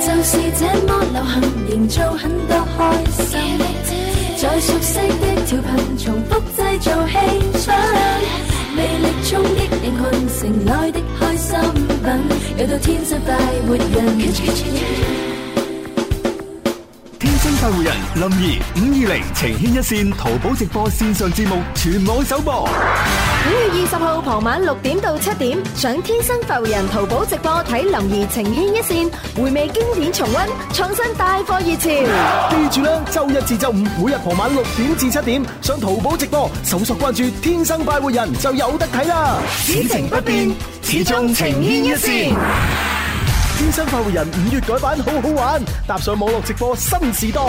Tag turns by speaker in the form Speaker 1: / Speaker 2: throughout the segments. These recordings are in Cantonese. Speaker 1: 就是這麼流行，營造很多開心。在熟悉的調頻，重複製造氣氛，魅力衝擊人群，城內的開心品，有到天生快活人。
Speaker 2: 天生快活人林怡五二零情牽一線淘寶直播線上節目全網首播，
Speaker 3: 五月二十號傍晚六點到七點，上天生快活人淘寶直播睇林怡情牽一線，回味經典重溫，創新帶貨熱潮。
Speaker 4: 記住啦，周一至周五每日傍晚六點至七點，上淘寶直播搜索關注天生快活人就有得睇啦。
Speaker 5: 此情不變，始終情牽一線。
Speaker 4: 天生快活人五月改版好好玩，踏上網絡直播新時代。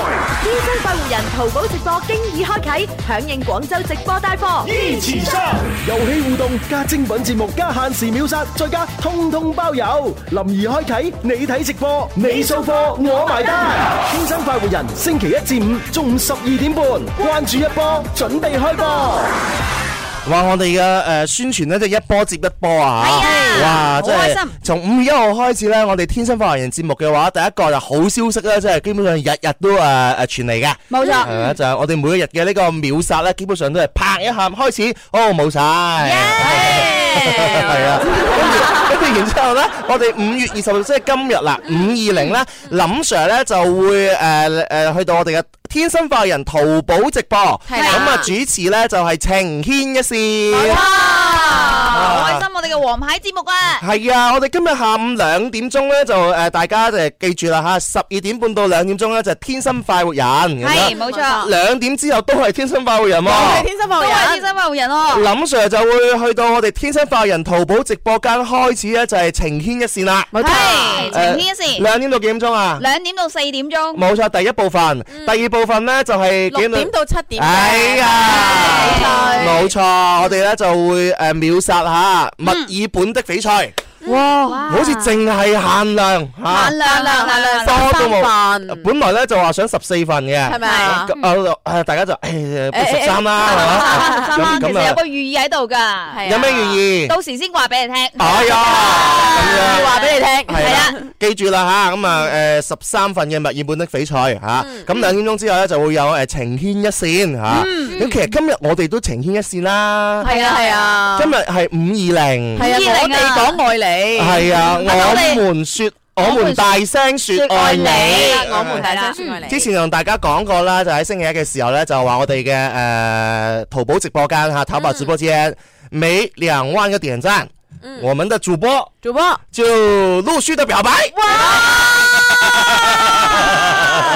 Speaker 3: 天生快活人淘寶直播經已開啟，響應廣州直播帶貨。
Speaker 5: 依次生
Speaker 4: 遊戲互動加精品節目加限時秒殺，再加通通包郵。林怡開啟，你睇直播，你掃貨，我埋單。天生快活人星期一至五中午十二點半，關注一波，準備開播。
Speaker 6: 話我哋嘅誒宣傳咧，就一波接一波啊！哇，真係從五月一號開始咧，我哋天生快活人節目嘅話，第一個就好消息咧，即係基本上日日都誒誒傳嚟嘅。
Speaker 7: 冇錯，
Speaker 6: 係啊，就係我哋每一日嘅呢個秒殺咧，基本上都係啪一下開始，哦冇晒。係啊， 跟住跟住然之後咧，我哋五月二十號即係今日啦，
Speaker 7: 嗯
Speaker 6: 五二零咧，林 Sir 咧就會誒誒去到我哋嘅。天生快活人淘寶直播，咁啊主持咧就係情牽一線。
Speaker 7: 好開心我哋嘅王牌節目啊！
Speaker 6: 係啊，我哋今日下午兩點鐘咧就誒，大家就記住啦嚇，十二點半到兩點鐘咧就係天生快活人。
Speaker 7: 係冇錯，
Speaker 6: 兩點之後都係天生快活人喎。
Speaker 7: 係天生快活人，天生快活人咯。
Speaker 6: 林 Sir 就會去到我哋天生快活人淘寶直播間開始咧就係情牽一線啦。
Speaker 7: 冇錯，情
Speaker 6: Ờ.
Speaker 7: 牽一線。
Speaker 6: 兩點到幾點鐘啊？
Speaker 7: 兩點到四點鐘。
Speaker 6: 冇錯，第一部分，第二部分咧就係
Speaker 7: 六點到七點。
Speaker 6: 哎呀，冇錯，我哋咧就會誒秒殺嚇墨爾本的翡翠。
Speaker 7: 哇！
Speaker 6: 好似淨係限量嚇，
Speaker 7: 限量量限量
Speaker 6: 多都
Speaker 7: 13
Speaker 6: 冇。本來咧就話想十四份嘅，
Speaker 7: 係咪啊
Speaker 6: 咁啊誒大家就誒十三啦，係
Speaker 7: 三
Speaker 6: 嘛？
Speaker 7: 啦，
Speaker 6: 咁
Speaker 7: 其
Speaker 6: 咁
Speaker 7: 實有
Speaker 6: 啊
Speaker 7: 個寓意喺度噶。
Speaker 6: 有咩寓意
Speaker 7: 到時先話俾你聽。
Speaker 6: 哎呀，咁樣
Speaker 7: 話俾你
Speaker 6: ờ,
Speaker 7: 聽，係啦。嗯
Speaker 6: 記住啦嚇，咁啊誒十三份嘅墨爾本的翡翠嚇，咁兩點鐘之後咧就會有誒情牽一線嚇。
Speaker 7: 嗯
Speaker 6: 咁其實今日我哋都情牽一線啦，
Speaker 7: 係啊係啊
Speaker 6: 今日係五二零，
Speaker 7: 係啊我哋講愛你
Speaker 6: 係啊，
Speaker 7: 我
Speaker 6: 我們説，我們大聲説愛你，
Speaker 7: 我們大聲説愛你。
Speaker 6: 之前同大家講過啦，就喺星期一嘅時候咧，就話我哋嘅誒淘寶直播
Speaker 7: 嗯
Speaker 6: 間嚇，淘寶直播間每兩萬個點贊，我們的主播
Speaker 7: 嗯主播
Speaker 6: 就陸續的表白。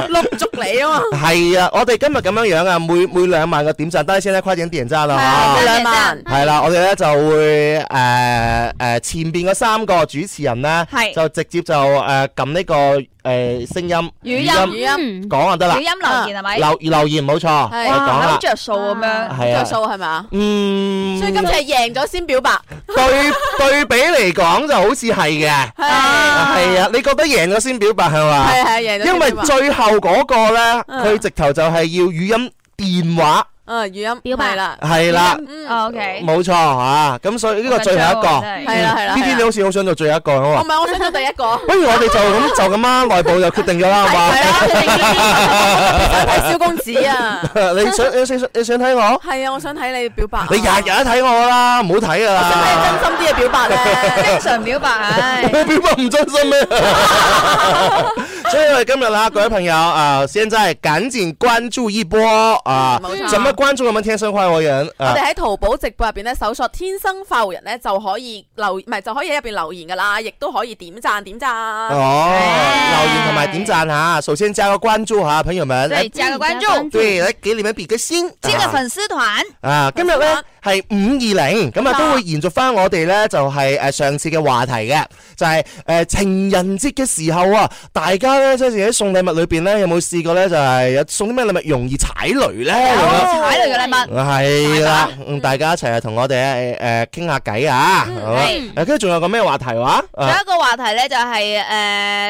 Speaker 7: 碌足你啊嘛！
Speaker 6: 係啊，我哋今日咁樣樣啊，每每兩萬個點贊，大家先咧，快點點贊啦嚇。
Speaker 7: 兩萬
Speaker 6: 係啦，我哋咧就會誒誒、呃呃前邊嗰三個主持人咧
Speaker 7: 係，
Speaker 6: 就直接就誒撳呢個誒、呃、聲音
Speaker 7: 語音嗯語音
Speaker 6: 講就得啦，
Speaker 7: 語音留言係咪
Speaker 6: 留留言冇錯，我講啦
Speaker 7: 好，着數咁樣，
Speaker 6: 係啊
Speaker 7: 着數係咪啊？
Speaker 6: 嗯，
Speaker 7: 所以今次係贏咗先表白，
Speaker 6: 對 對比嚟講就好似係嘅，係啊，你覺得贏咗先表白係嘛？
Speaker 7: 係係贏咗先
Speaker 6: 因
Speaker 7: 表白
Speaker 6: 為最後嗰個咧，
Speaker 7: 嗯
Speaker 6: 佢直頭就係要語音電話。
Speaker 7: 嗯，語音表白啦，
Speaker 6: 係啦
Speaker 7: ，O K，
Speaker 6: 冇錯啊，咁所以呢個最後一個，嗯
Speaker 7: 好緊張啊真係係啦係啦
Speaker 6: 呢啲你好似好想做最後一個好
Speaker 7: 我
Speaker 6: 嘛
Speaker 7: 唔？係我想做第一 個，
Speaker 6: 不如我哋就咁就咁啦，內部就決定咗啦，係
Speaker 7: 啊
Speaker 6: 嘛？
Speaker 7: 係蕭公子啊，
Speaker 6: 你想你想你想睇我？
Speaker 7: 係啊，我想睇你啊表白啊，
Speaker 6: 你日日都睇我啦，唔好睇啊噶啦。
Speaker 7: 真心啲嘅表白咧，正常表白，唉
Speaker 6: 我表白唔真心咩？ 所以我哋今日啦，各位朋友啊，現在趕緊關注一波啊
Speaker 7: 嗯冇！錯
Speaker 6: 怎麼關注我們天生快活人
Speaker 7: 我
Speaker 6: 啊
Speaker 7: 哋？喺淘寶直播入邊咧，搜索天生快活人咧就可以留，唔係就可以喺入邊留言噶啦，亦都可以點讚點讚。
Speaker 6: 哦，留言同埋點讚吓，首先加個關注吓，朋友們。來
Speaker 7: 加個關
Speaker 6: 對，來給你們比個心。
Speaker 7: 呢
Speaker 6: 啊
Speaker 7: 個粉絲團。
Speaker 6: 啊，今日咧係五二零，咁啊
Speaker 7: 啊
Speaker 6: 都會延續翻我哋咧就係誒上次嘅話題嘅，就係誒情人節嘅時候啊，大家咧即係喺送禮物裏邊咧有冇試過咧就係有送啲咩禮物容易踩雷咧咁樣？
Speaker 7: 踩雷嘅禮物，
Speaker 6: 係啦，嗯大家一齊啊同我哋誒誒傾下偈啊，好嘛
Speaker 7: 係
Speaker 6: 誒跟住仲有個咩話題話？
Speaker 7: 仲
Speaker 6: 啊
Speaker 7: 有一個話題咧，就係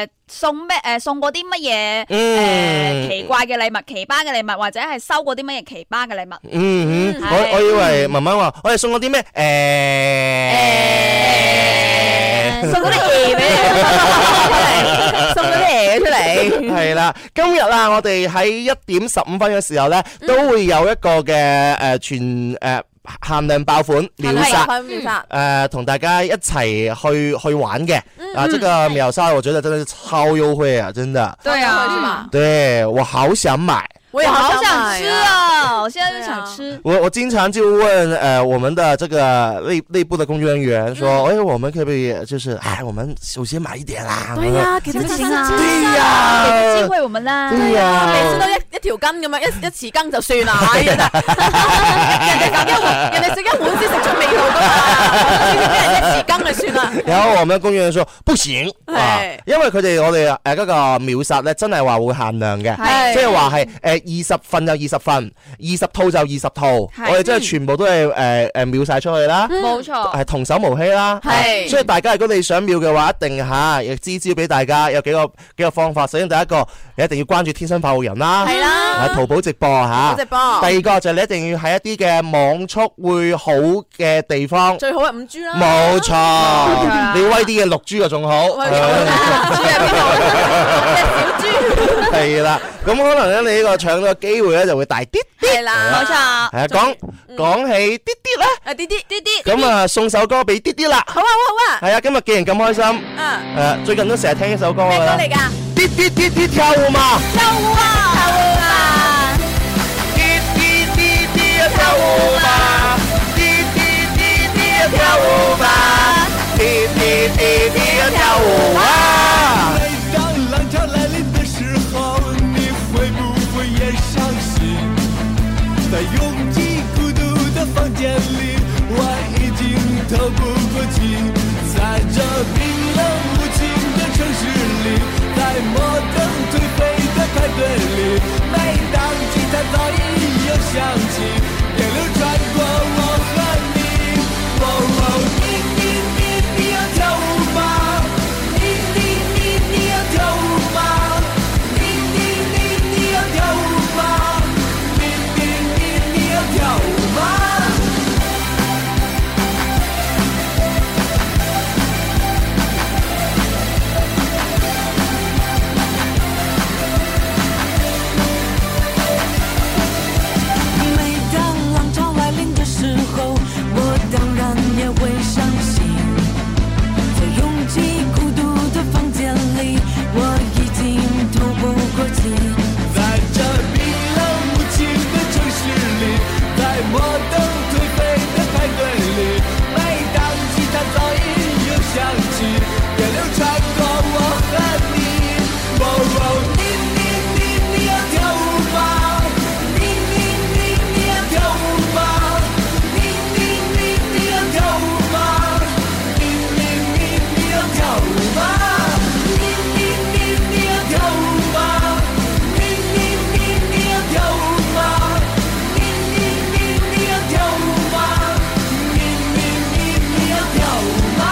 Speaker 7: 誒送咩誒送過啲乜嘢
Speaker 6: 嗯
Speaker 7: 誒奇怪嘅禮物、奇葩嘅禮物，或者係收過啲乜嘢奇葩嘅禮物。
Speaker 6: 嗯嗯，
Speaker 7: 嗯
Speaker 6: 我我以為文文話我哋送咗啲咩誒？
Speaker 7: 送咗啲嘢俾你，嗯 送咗啲嘢出嚟。
Speaker 6: 系啦，今日啊，我哋喺一點十五分嘅時候咧，都會有一個嘅诶全诶限量爆款秒殺。誒同大家一齊去去玩嘅，啊，這個秒殺我覺得真的是超優惠啊，真的，
Speaker 7: 对啊，
Speaker 6: 對我好想買，
Speaker 8: 我也
Speaker 7: 好
Speaker 8: 好
Speaker 7: 想
Speaker 8: 想
Speaker 7: 吃
Speaker 8: 吃啊！
Speaker 7: 啊！我现在就想吃。
Speaker 6: 我我經常就問呃我們的這個內內部的工作人員說，哎，我們可不可以就是，哎，我們首先買一點啦，
Speaker 8: 对呀，其实真
Speaker 7: 啊
Speaker 8: 啊，
Speaker 6: 對
Speaker 7: 俾機
Speaker 6: 呀，
Speaker 7: 會我們啦，
Speaker 6: 對
Speaker 8: 每次
Speaker 6: 呀，
Speaker 8: 都一一條筋咁樣， 一一匙羹就算啦，唉真
Speaker 6: 啊
Speaker 8: 係人哋食一碗，人哋食一碗先食出味道噶嘛，呢啲俾人一匙羹就算啦。
Speaker 6: 然後我們工作人員說不行啊
Speaker 8: 係，
Speaker 6: 因為佢哋我哋誒嗰個秒殺咧，真係話會限量嘅。
Speaker 7: 係
Speaker 6: 即係話係誒二十份就二十份，二十套就二十套，我哋真係全部都係誒誒秒晒出去啦，
Speaker 7: 冇錯，
Speaker 6: 係童叟無欺啦。
Speaker 8: 係
Speaker 6: 啊所以大家如果你想秒嘅話，一定嚇亦支招俾大家，有幾個幾個方法。首先第一個，你一定要關注天生快活人啦，
Speaker 8: 係啦
Speaker 6: 啊，淘寶直播嚇。
Speaker 8: 淘寶直播
Speaker 6: 第二個就係你一定要喺一啲嘅網速會好嘅地方。
Speaker 8: 最好係五 G 啦，
Speaker 6: 冇錯
Speaker 7: 啦，
Speaker 6: 你威啲嘅六 G 啊仲好。
Speaker 8: 喂，五 G 係邊度？即 係小
Speaker 6: 系啦，咁可能咧你呢個搶到嘅機會咧就會大啲。
Speaker 8: 豬係啦，
Speaker 7: 冇錯。
Speaker 6: 係啊，講講起啲啲咧，
Speaker 8: 啊啲啲啲啲，
Speaker 6: 咁啊送首歌俾啲啲啦。
Speaker 8: 好啊好啊好啊，
Speaker 6: 係啊，今日既然咁開心，
Speaker 8: 啊
Speaker 6: 誒最近都成日聽呢首歌
Speaker 8: 咩
Speaker 6: 㗎
Speaker 8: 歌
Speaker 6: 啦。
Speaker 8: 嚟㗎？
Speaker 6: 啲啲啲啲跳舞嘛，
Speaker 8: 周啊
Speaker 6: 啲啲啲啲啊跳舞嘛，啲啲啲啲啊跳舞嘛，啲啲啲啲啊跳舞啊。
Speaker 4: 当浪潮来临的时候，你会不会也伤心？在拥挤孤独的房间里，我已经透不过气。在这冰冷无情的城市里，在摩登颓废的派对里，每当吉他噪音又响起，电流穿过我和你。哦哦，你你你你要跳舞吗？你你你你要跳舞吗？你你你你要跳舞吗？你你你你要跳舞吗？每当浪潮来临的时候，我当然也会伤心。在拥挤孤独的房间里，我已经透不过气。在这冰冷无情的城市里，在摩登颓废的派对里，每当吉他噪音又响起，电流穿过我和你。哦哦，你你你你要跳舞吗？你你你你要跳舞吗？你你你你要跳舞吗？你你你你要跳舞吗？你你你你要跳舞吗？你你你你要跳舞吗？你你你你要跳舞吗？你你你你要跳舞吗？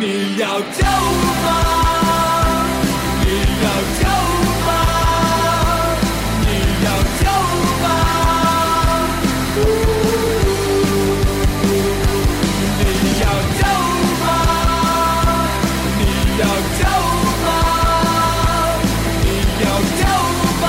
Speaker 4: 你要跳舞吗？你要跳舞吗？你要跳舞吗？你要跳舞吗？你要跳舞吗？你要跳舞吗？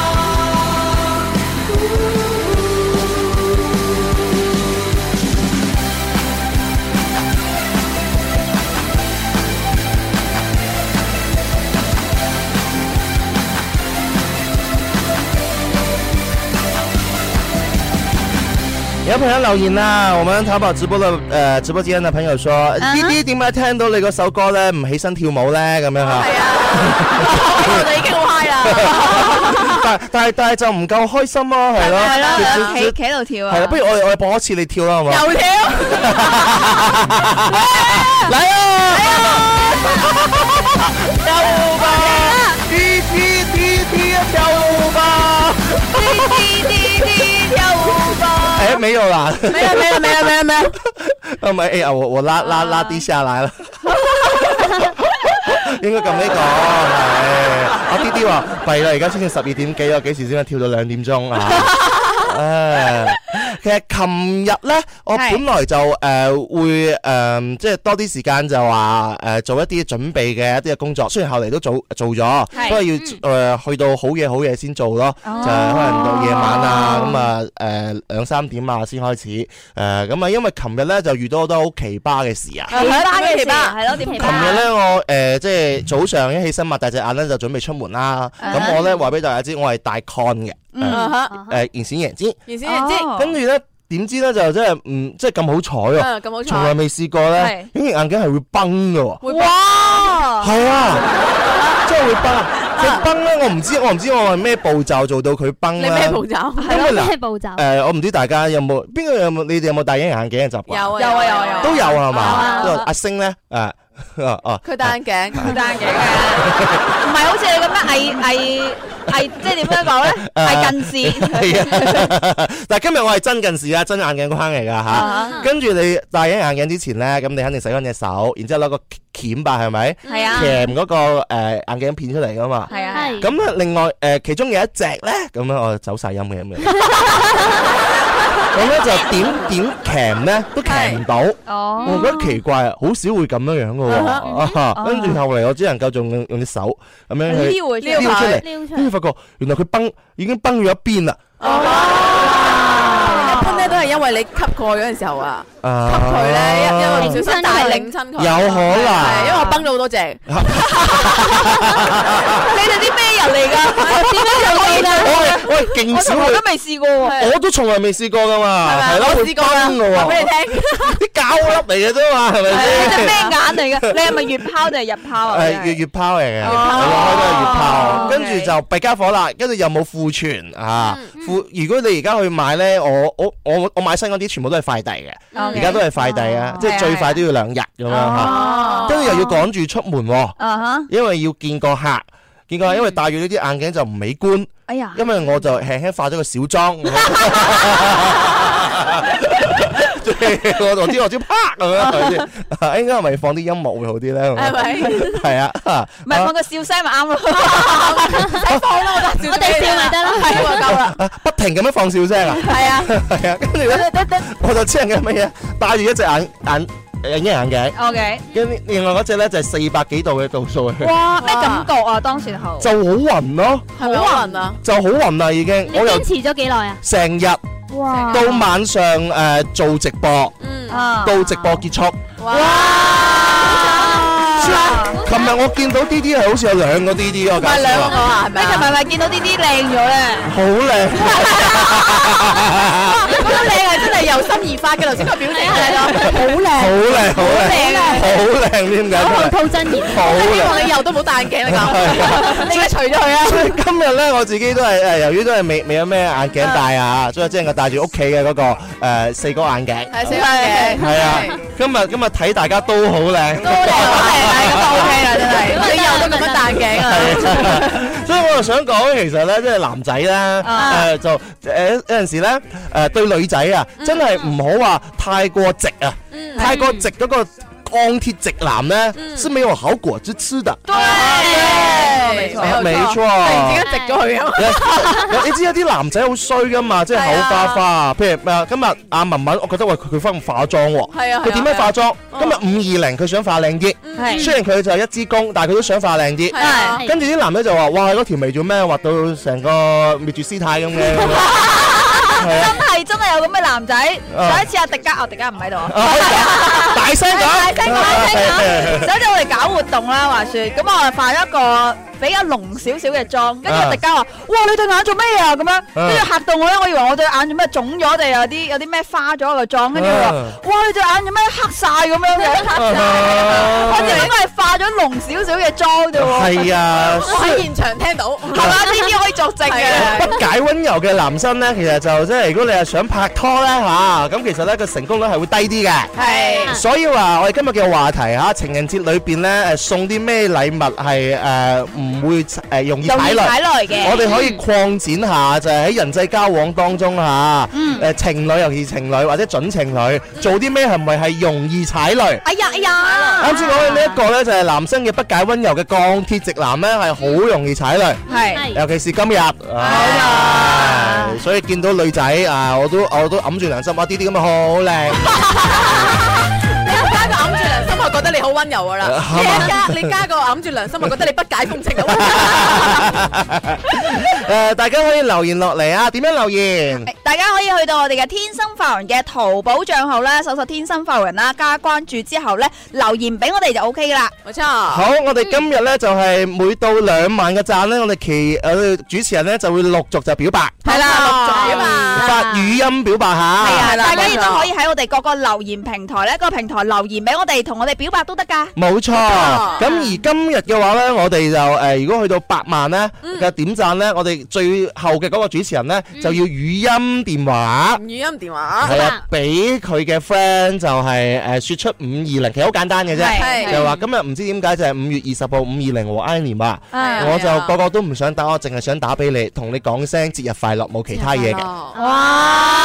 Speaker 6: 有朋友留言啦，我們淘寶直播嘅誒、呃直播間嘅朋友說，
Speaker 8: 嗯
Speaker 6: 啲啲點解聽到你嗰首歌咧唔起身跳舞咧咁樣嚇？
Speaker 8: 係啊，我哋已經好 high 啦。
Speaker 6: 但但係但係就唔夠開心咯，係咯，
Speaker 8: 啊
Speaker 7: 係咯，
Speaker 6: 其
Speaker 7: 企
Speaker 6: 實
Speaker 7: 企喺度 跳啊！
Speaker 6: 係啦，不如我哋我哋播一次你跳啦，好嘛？
Speaker 8: 又跳，
Speaker 6: 嚟啊！
Speaker 8: 啊
Speaker 6: 跳舞吧，啲啲啲啲跳舞吧， 没哎有啦，
Speaker 8: 没有没有没有没有没 有，
Speaker 6: 啊咪哎呀，我我拉拉拉低下来了。 應該咁呢個係，阿 D D 話弊啦，而家先至十二點幾，我幾時先可以跳到兩點鐘啊？ 唉其實琴日咧，我
Speaker 7: 係
Speaker 6: 本來就誒、呃、會誒、呃即係多啲時間就話誒、呃做一啲準備嘅一啲嘅工作，雖然後嚟都做做咗，
Speaker 7: 係嗯哦
Speaker 6: 不過要誒、呃去到好夜好夜先做咯，就係可能到夜晚啊，咁啊誒兩三點啊先開始誒咁啊，因為琴日咧就遇到好多好奇葩嘅事啊。
Speaker 7: 嘅
Speaker 8: 奇葩
Speaker 7: 係咯，點奇
Speaker 6: 琴日
Speaker 7: 葩？
Speaker 6: 咧，我誒、呃即係早上一起身擘大隻眼咧，就準備出門啦。咁我咧話俾大家知，我係戴 con 嘅，
Speaker 8: 啊嗯
Speaker 6: 誒
Speaker 8: 吓，
Speaker 6: 誒原先贏知。
Speaker 8: 原先知，
Speaker 7: 哦
Speaker 6: 跟住咧，點知咧就真係唔即係咁好彩啊！
Speaker 8: 嗯咁好
Speaker 6: 從來
Speaker 8: 彩，
Speaker 6: 未試過咧
Speaker 8: 係，
Speaker 6: 隱形眼鏡係會崩嘅喎。
Speaker 8: 會哇，
Speaker 6: 係啊，真係會崩。佢崩咧，我唔知，我唔知我係咩步驟做到佢崩
Speaker 8: 你
Speaker 6: 咧。
Speaker 8: 咩步驟？
Speaker 6: 因為
Speaker 9: 係
Speaker 6: 嗱
Speaker 9: 咩步驟？
Speaker 6: 誒，我唔知大家有冇邊個有冇你哋有冇戴隱形眼鏡嘅習慣？
Speaker 8: 有啊
Speaker 7: 有
Speaker 8: 有
Speaker 7: 啊
Speaker 8: 啊
Speaker 7: 有
Speaker 8: 有
Speaker 7: 啊
Speaker 8: 啊
Speaker 7: 有
Speaker 8: 有
Speaker 7: 啊
Speaker 6: 都有啊，係嘛？
Speaker 9: 啊
Speaker 6: 都阿星咧，誒哦，
Speaker 8: 佢戴眼鏡，
Speaker 7: 佢單嘅，唔係好似你咁樣偽偽偽，即係點樣講咧？偽近視。
Speaker 6: 係啊， 但係今日我係真近視啊，真眼鏡框嚟㗎吓。
Speaker 7: 啊
Speaker 6: 跟住你戴隱形眼鏡之前咧，咁你肯定洗乾隻手，然之後攞個鉗吧，係咪？
Speaker 7: 係啊，
Speaker 6: 鉗嗰個誒眼鏡片出嚟㗎嘛。
Speaker 7: 係啊，
Speaker 9: 係
Speaker 6: 咁咧，另外誒、呃其中有一隻咧，咁樣我走晒音嘅咁樣。咁咧就點點鉗咧都鉗唔到，
Speaker 7: 哦，
Speaker 6: 我覺得奇怪啊，好少會咁樣樣嘅喎啊。 跟住後嚟我只能夠仲用用隻手咁樣去
Speaker 7: 撩佢出
Speaker 6: 撩出嚟，
Speaker 9: 撩出
Speaker 6: 跟
Speaker 9: 嚟，
Speaker 6: 住發覺原來佢崩已經崩咗一邊啦。
Speaker 8: 一般咧都係因為你吸過嗰陣時候啊，吸
Speaker 6: 啊
Speaker 8: 佢咧一因為唔小心大力
Speaker 9: 整
Speaker 8: 親佢，
Speaker 6: 有可能
Speaker 8: 係因為我崩咗好多隻。
Speaker 7: 你哋啲咩人嚟㗎？點樣有
Speaker 6: 我
Speaker 7: 嘢啊？
Speaker 6: 係我係勁
Speaker 7: 我
Speaker 6: 少
Speaker 7: 從來
Speaker 6: 去
Speaker 7: 都，未試過喎。
Speaker 6: 我都從來未試過噶嘛，
Speaker 8: 係咪
Speaker 6: 係
Speaker 8: 啊
Speaker 6: 咯，
Speaker 8: 我
Speaker 6: 會
Speaker 8: 試過啦，
Speaker 6: 崩嘅
Speaker 8: 話俾
Speaker 6: 喎，
Speaker 8: 你聽。
Speaker 6: 啲膠粒嚟嘅啫嘛，係咪
Speaker 7: 你隻
Speaker 6: 先？
Speaker 7: 咩眼嚟㗎？你係咪月拋定係日拋啊？
Speaker 6: 誒月月拋嚟嘅，我開都係月
Speaker 7: 哦
Speaker 6: 拋，跟住就弊家伙啦，跟住又冇庫存啊，庫如果你而家去買咧，我我我我買新嗰啲全部都係快遞嘅，而
Speaker 7: 而
Speaker 6: 家都係快遞啊
Speaker 9: 哦，
Speaker 6: 即係最快都要兩日咁樣嚇，
Speaker 7: 哦，
Speaker 6: 跟住又要趕住出門喎，
Speaker 7: 啊哈，嗯
Speaker 6: 因為要見個客。見過，因為戴住呢啲眼鏡就唔美觀，
Speaker 7: 哎呀，
Speaker 6: 因為我就輕輕化咗個小妝， 即係我我知我知啪咁樣，係咪先啊應該係咪放啲音樂會好啲咧？
Speaker 8: 係咪？
Speaker 6: 係啊，啊
Speaker 7: 唔係放個笑聲咪啱咯。
Speaker 9: 我哋
Speaker 7: à.
Speaker 9: 笑咪得咯。
Speaker 8: 夠啦，
Speaker 6: 啊不停咁樣放笑聲啊！
Speaker 8: 係啊，
Speaker 6: 係啊，跟住咧， 我就知人嘅乜嘢，戴住一隻眼眼隱形眼鏡，
Speaker 7: O K，
Speaker 6: 跟住另外嗰隻咧就係四百幾度嘅度數啊去，
Speaker 7: 哇，咩感覺啊？當時候
Speaker 6: 就好暈咯，
Speaker 8: 係咪好暈啊？
Speaker 6: 就好暈啦已經，
Speaker 9: 你
Speaker 6: 我由
Speaker 9: 堅持咗幾耐啊？
Speaker 6: 成日
Speaker 9: 哇！
Speaker 6: 到晚上誒做直播，
Speaker 8: 嗯，
Speaker 7: 啊，
Speaker 6: 到直播結束。
Speaker 7: 哇！
Speaker 6: 琴日我見到 D D 係好似有兩個 D D 我介
Speaker 8: 買
Speaker 6: 紹
Speaker 8: 兩個
Speaker 6: 啊，
Speaker 8: 啊，係
Speaker 7: 你
Speaker 8: 咪
Speaker 7: 琴
Speaker 8: 啊？
Speaker 7: 日咪見到啲啲靚咗咧？
Speaker 6: 好靚，
Speaker 8: 咁靚係真係由心而發嘅，頭先個表情係咯，
Speaker 6: 好靚，好靚，好靚添
Speaker 9: 我
Speaker 6: 㗎真
Speaker 9: 好
Speaker 6: 係，
Speaker 9: 吐真言，
Speaker 6: 好
Speaker 8: 希
Speaker 6: 靚。啊
Speaker 8: 望你以後都冇戴眼鏡啦咁， 你而家除咗佢
Speaker 6: 所
Speaker 8: 啊！
Speaker 6: 以 今日咧，我自己都係誒，由於都係未未有咩眼鏡戴啊，所以只能夠戴住屋企嘅嗰個誒四哥眼鏡。
Speaker 8: 係小眼鏡，
Speaker 6: 係啊，今日今日睇大家都好靚，
Speaker 8: 都靚好靚啊，咁就 OK 啦，真係，你以後都咁樣戴眼鏡啦。
Speaker 6: 所以我就想講，其實咧，即係男仔咧，誒就誒有陣時咧，誒對女仔啊，真係唔好話太過直啊，太過直嗰個鋼鐵直男咧，是沒有好果子吃的。
Speaker 8: 對，
Speaker 6: 沒錯
Speaker 8: 突然之間直咗佢啊！
Speaker 6: 有你知有啲男仔好衰噶嘛，即係口花花啊。譬如啊，今日阿文文，我覺得喂佢佢翻唔化妝喎。
Speaker 8: 係啊，
Speaker 6: 佢點樣化妝？今日五二零佢想化靚啲，
Speaker 7: 係
Speaker 6: 雖然佢就係一支公，但係佢都想化靚啲。
Speaker 8: 係啊，
Speaker 6: 跟住啲男仔就話：哇，嗰條眉做咩畫到成個滅絕師 太咁嘅？係啊
Speaker 7: 真係真係有咁嘅男仔。
Speaker 6: 啊
Speaker 7: 上一次阿迪嘉，阿迪嘉唔喺度啊。
Speaker 6: 啊， 大聲
Speaker 7: 大
Speaker 6: 講，
Speaker 7: 聲講，大 聲講！上次我哋搞活動啦，話説咁我化咗一個比較濃少少嘅妝，跟住阿迪嘉話：哇，你對眼做咩啊？咁樣，跟住嚇到我咧，我以為我對眼做咩腫咗定有啲有啲咩花咗個妝，跟住佢話：哇，你對眼做咩黑晒咁樣嘅？我
Speaker 6: 啊
Speaker 7: 哋應該係化咗濃少少嘅妝啫喎。
Speaker 6: 係啊，
Speaker 8: 我喺現場聽到，
Speaker 7: 係嘛？呢啲可以作證嘅。
Speaker 6: 不解解温柔嘅男生咧，其實就即係如果你係想拍拖咧嚇，咁其實咧個成功率係會低啲嘅。
Speaker 8: 係
Speaker 6: 所以話我哋今日嘅話題嚇，情人節裏邊咧誒呃送啲咩禮物係誒唔會誒容易踩雷？我哋可以擴展下，就係喺人際交往當中嚇，誒情侶尤其是情侶或者準情侶，做啲咩係咪係容易踩雷？
Speaker 7: 哎呀哎呀，
Speaker 6: 啱先講嘅呢一個咧，就係男生嘅不解温柔嘅鋼鐵直男咧，係好容易踩雷。
Speaker 7: 係
Speaker 6: 尤其是今日，啊唉所以見到女仔啊，我都我都揞住良心，哇！啲啲咁嘅好靚，
Speaker 8: 你加個揞住良心，我覺得你好温柔噶啦。
Speaker 6: 啊係嘛
Speaker 8: 你加你加個揞住良心，我覺得你不解風情啊！
Speaker 6: 誒，呃大家可以留言落嚟啊！點樣留言？
Speaker 7: 大家可以去到我哋嘅天生發人嘅淘寶帳號啦，搜索天生發人啦，加關注之後咧留言俾我哋就 O K 啦。
Speaker 8: 冇錯，
Speaker 6: 好，我哋今日咧就係每到兩萬個讚咧，我哋其我哋主持人咧就會陸續就表白，
Speaker 7: 係啦，
Speaker 8: 錄咗啊嘛
Speaker 6: 發語音表白下。
Speaker 7: 係啊，
Speaker 8: 係啦
Speaker 7: 大家亦都
Speaker 8: 冇錯
Speaker 7: 可以喺我哋各個留言平台咧，各個平台留言俾我哋，同我哋表白都得㗎。
Speaker 6: 冇錯，咁而今日嘅話呢，我哋就誒、呃如果去到百萬呢
Speaker 7: 嗯
Speaker 6: 嘅點讚呢，我哋最後嘅嗰個主持人呢，就要語音電話，
Speaker 8: 語音電
Speaker 7: 嗯
Speaker 8: 話
Speaker 6: 係啊，俾佢嘅 friend 就係誒説出五二零，其實好簡單嘅
Speaker 7: 係
Speaker 8: 哎
Speaker 6: 啫，就話今日唔知點解就係五月二十號五二零和 I 年啊，
Speaker 7: 啊
Speaker 6: 我就個個都唔想打，我淨係想打俾你，同你講聲節日快樂，冇其他嘢嘅，
Speaker 8: 嘅。
Speaker 7: 哇！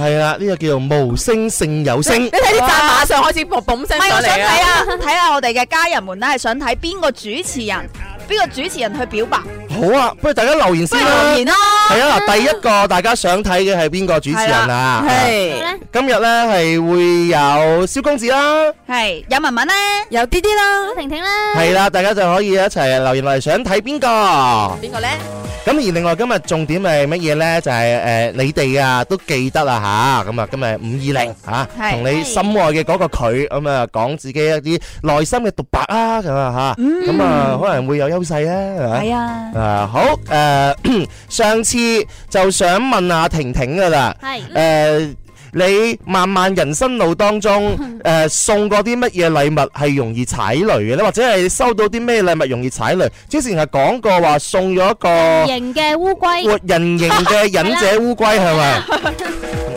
Speaker 6: 係啦，呢個叫做無聲勝有聲
Speaker 8: 你。睇啲讚馬上開始砰砰
Speaker 7: 唔
Speaker 8: 聲
Speaker 7: 係，我想
Speaker 8: 上嚟
Speaker 7: 睇
Speaker 8: 啊！
Speaker 7: 啊，睇下我哋嘅家人們咧，係想睇邊個主持人，邊個主持人去表白，
Speaker 6: 好啊，不如大家留言
Speaker 7: 不
Speaker 6: 先
Speaker 7: 如
Speaker 6: 啦
Speaker 7: 留。言啦。
Speaker 6: 係啊，嗱，第一個大家想睇嘅係邊個主持人啊？
Speaker 8: 係
Speaker 6: 今日咧係會有蕭公子啦，
Speaker 7: 係有文文咧，
Speaker 8: 有啲啲啦，
Speaker 9: 婷婷啦，
Speaker 6: 係啦，大家就可以一齊留言落嚟，想睇邊個？
Speaker 8: 邊個咧？
Speaker 6: 咁而另外今日重點係乜嘢呢？就係、誒、你哋啊都記得啦吓，咁啊今日五二零吓，
Speaker 7: 係
Speaker 6: 同你心愛嘅嗰個佢咁啊講自己一啲內心嘅獨白啊咁啊吓，咁啊可能會有優勢咧，係咪？
Speaker 7: 係啊，
Speaker 6: 啊好誒、 上次就想問下婷婷噶啦，
Speaker 9: 係
Speaker 6: 誒、呃你漫漫人生路當 中，誒、送過啲乜嘢禮物係容易踩雷嘅咧？或者係收到啲咩禮物容易踩雷？之前係講過話送咗一個
Speaker 9: 型嘅烏龜，
Speaker 6: 活人形嘅忍者烏龜係 咪？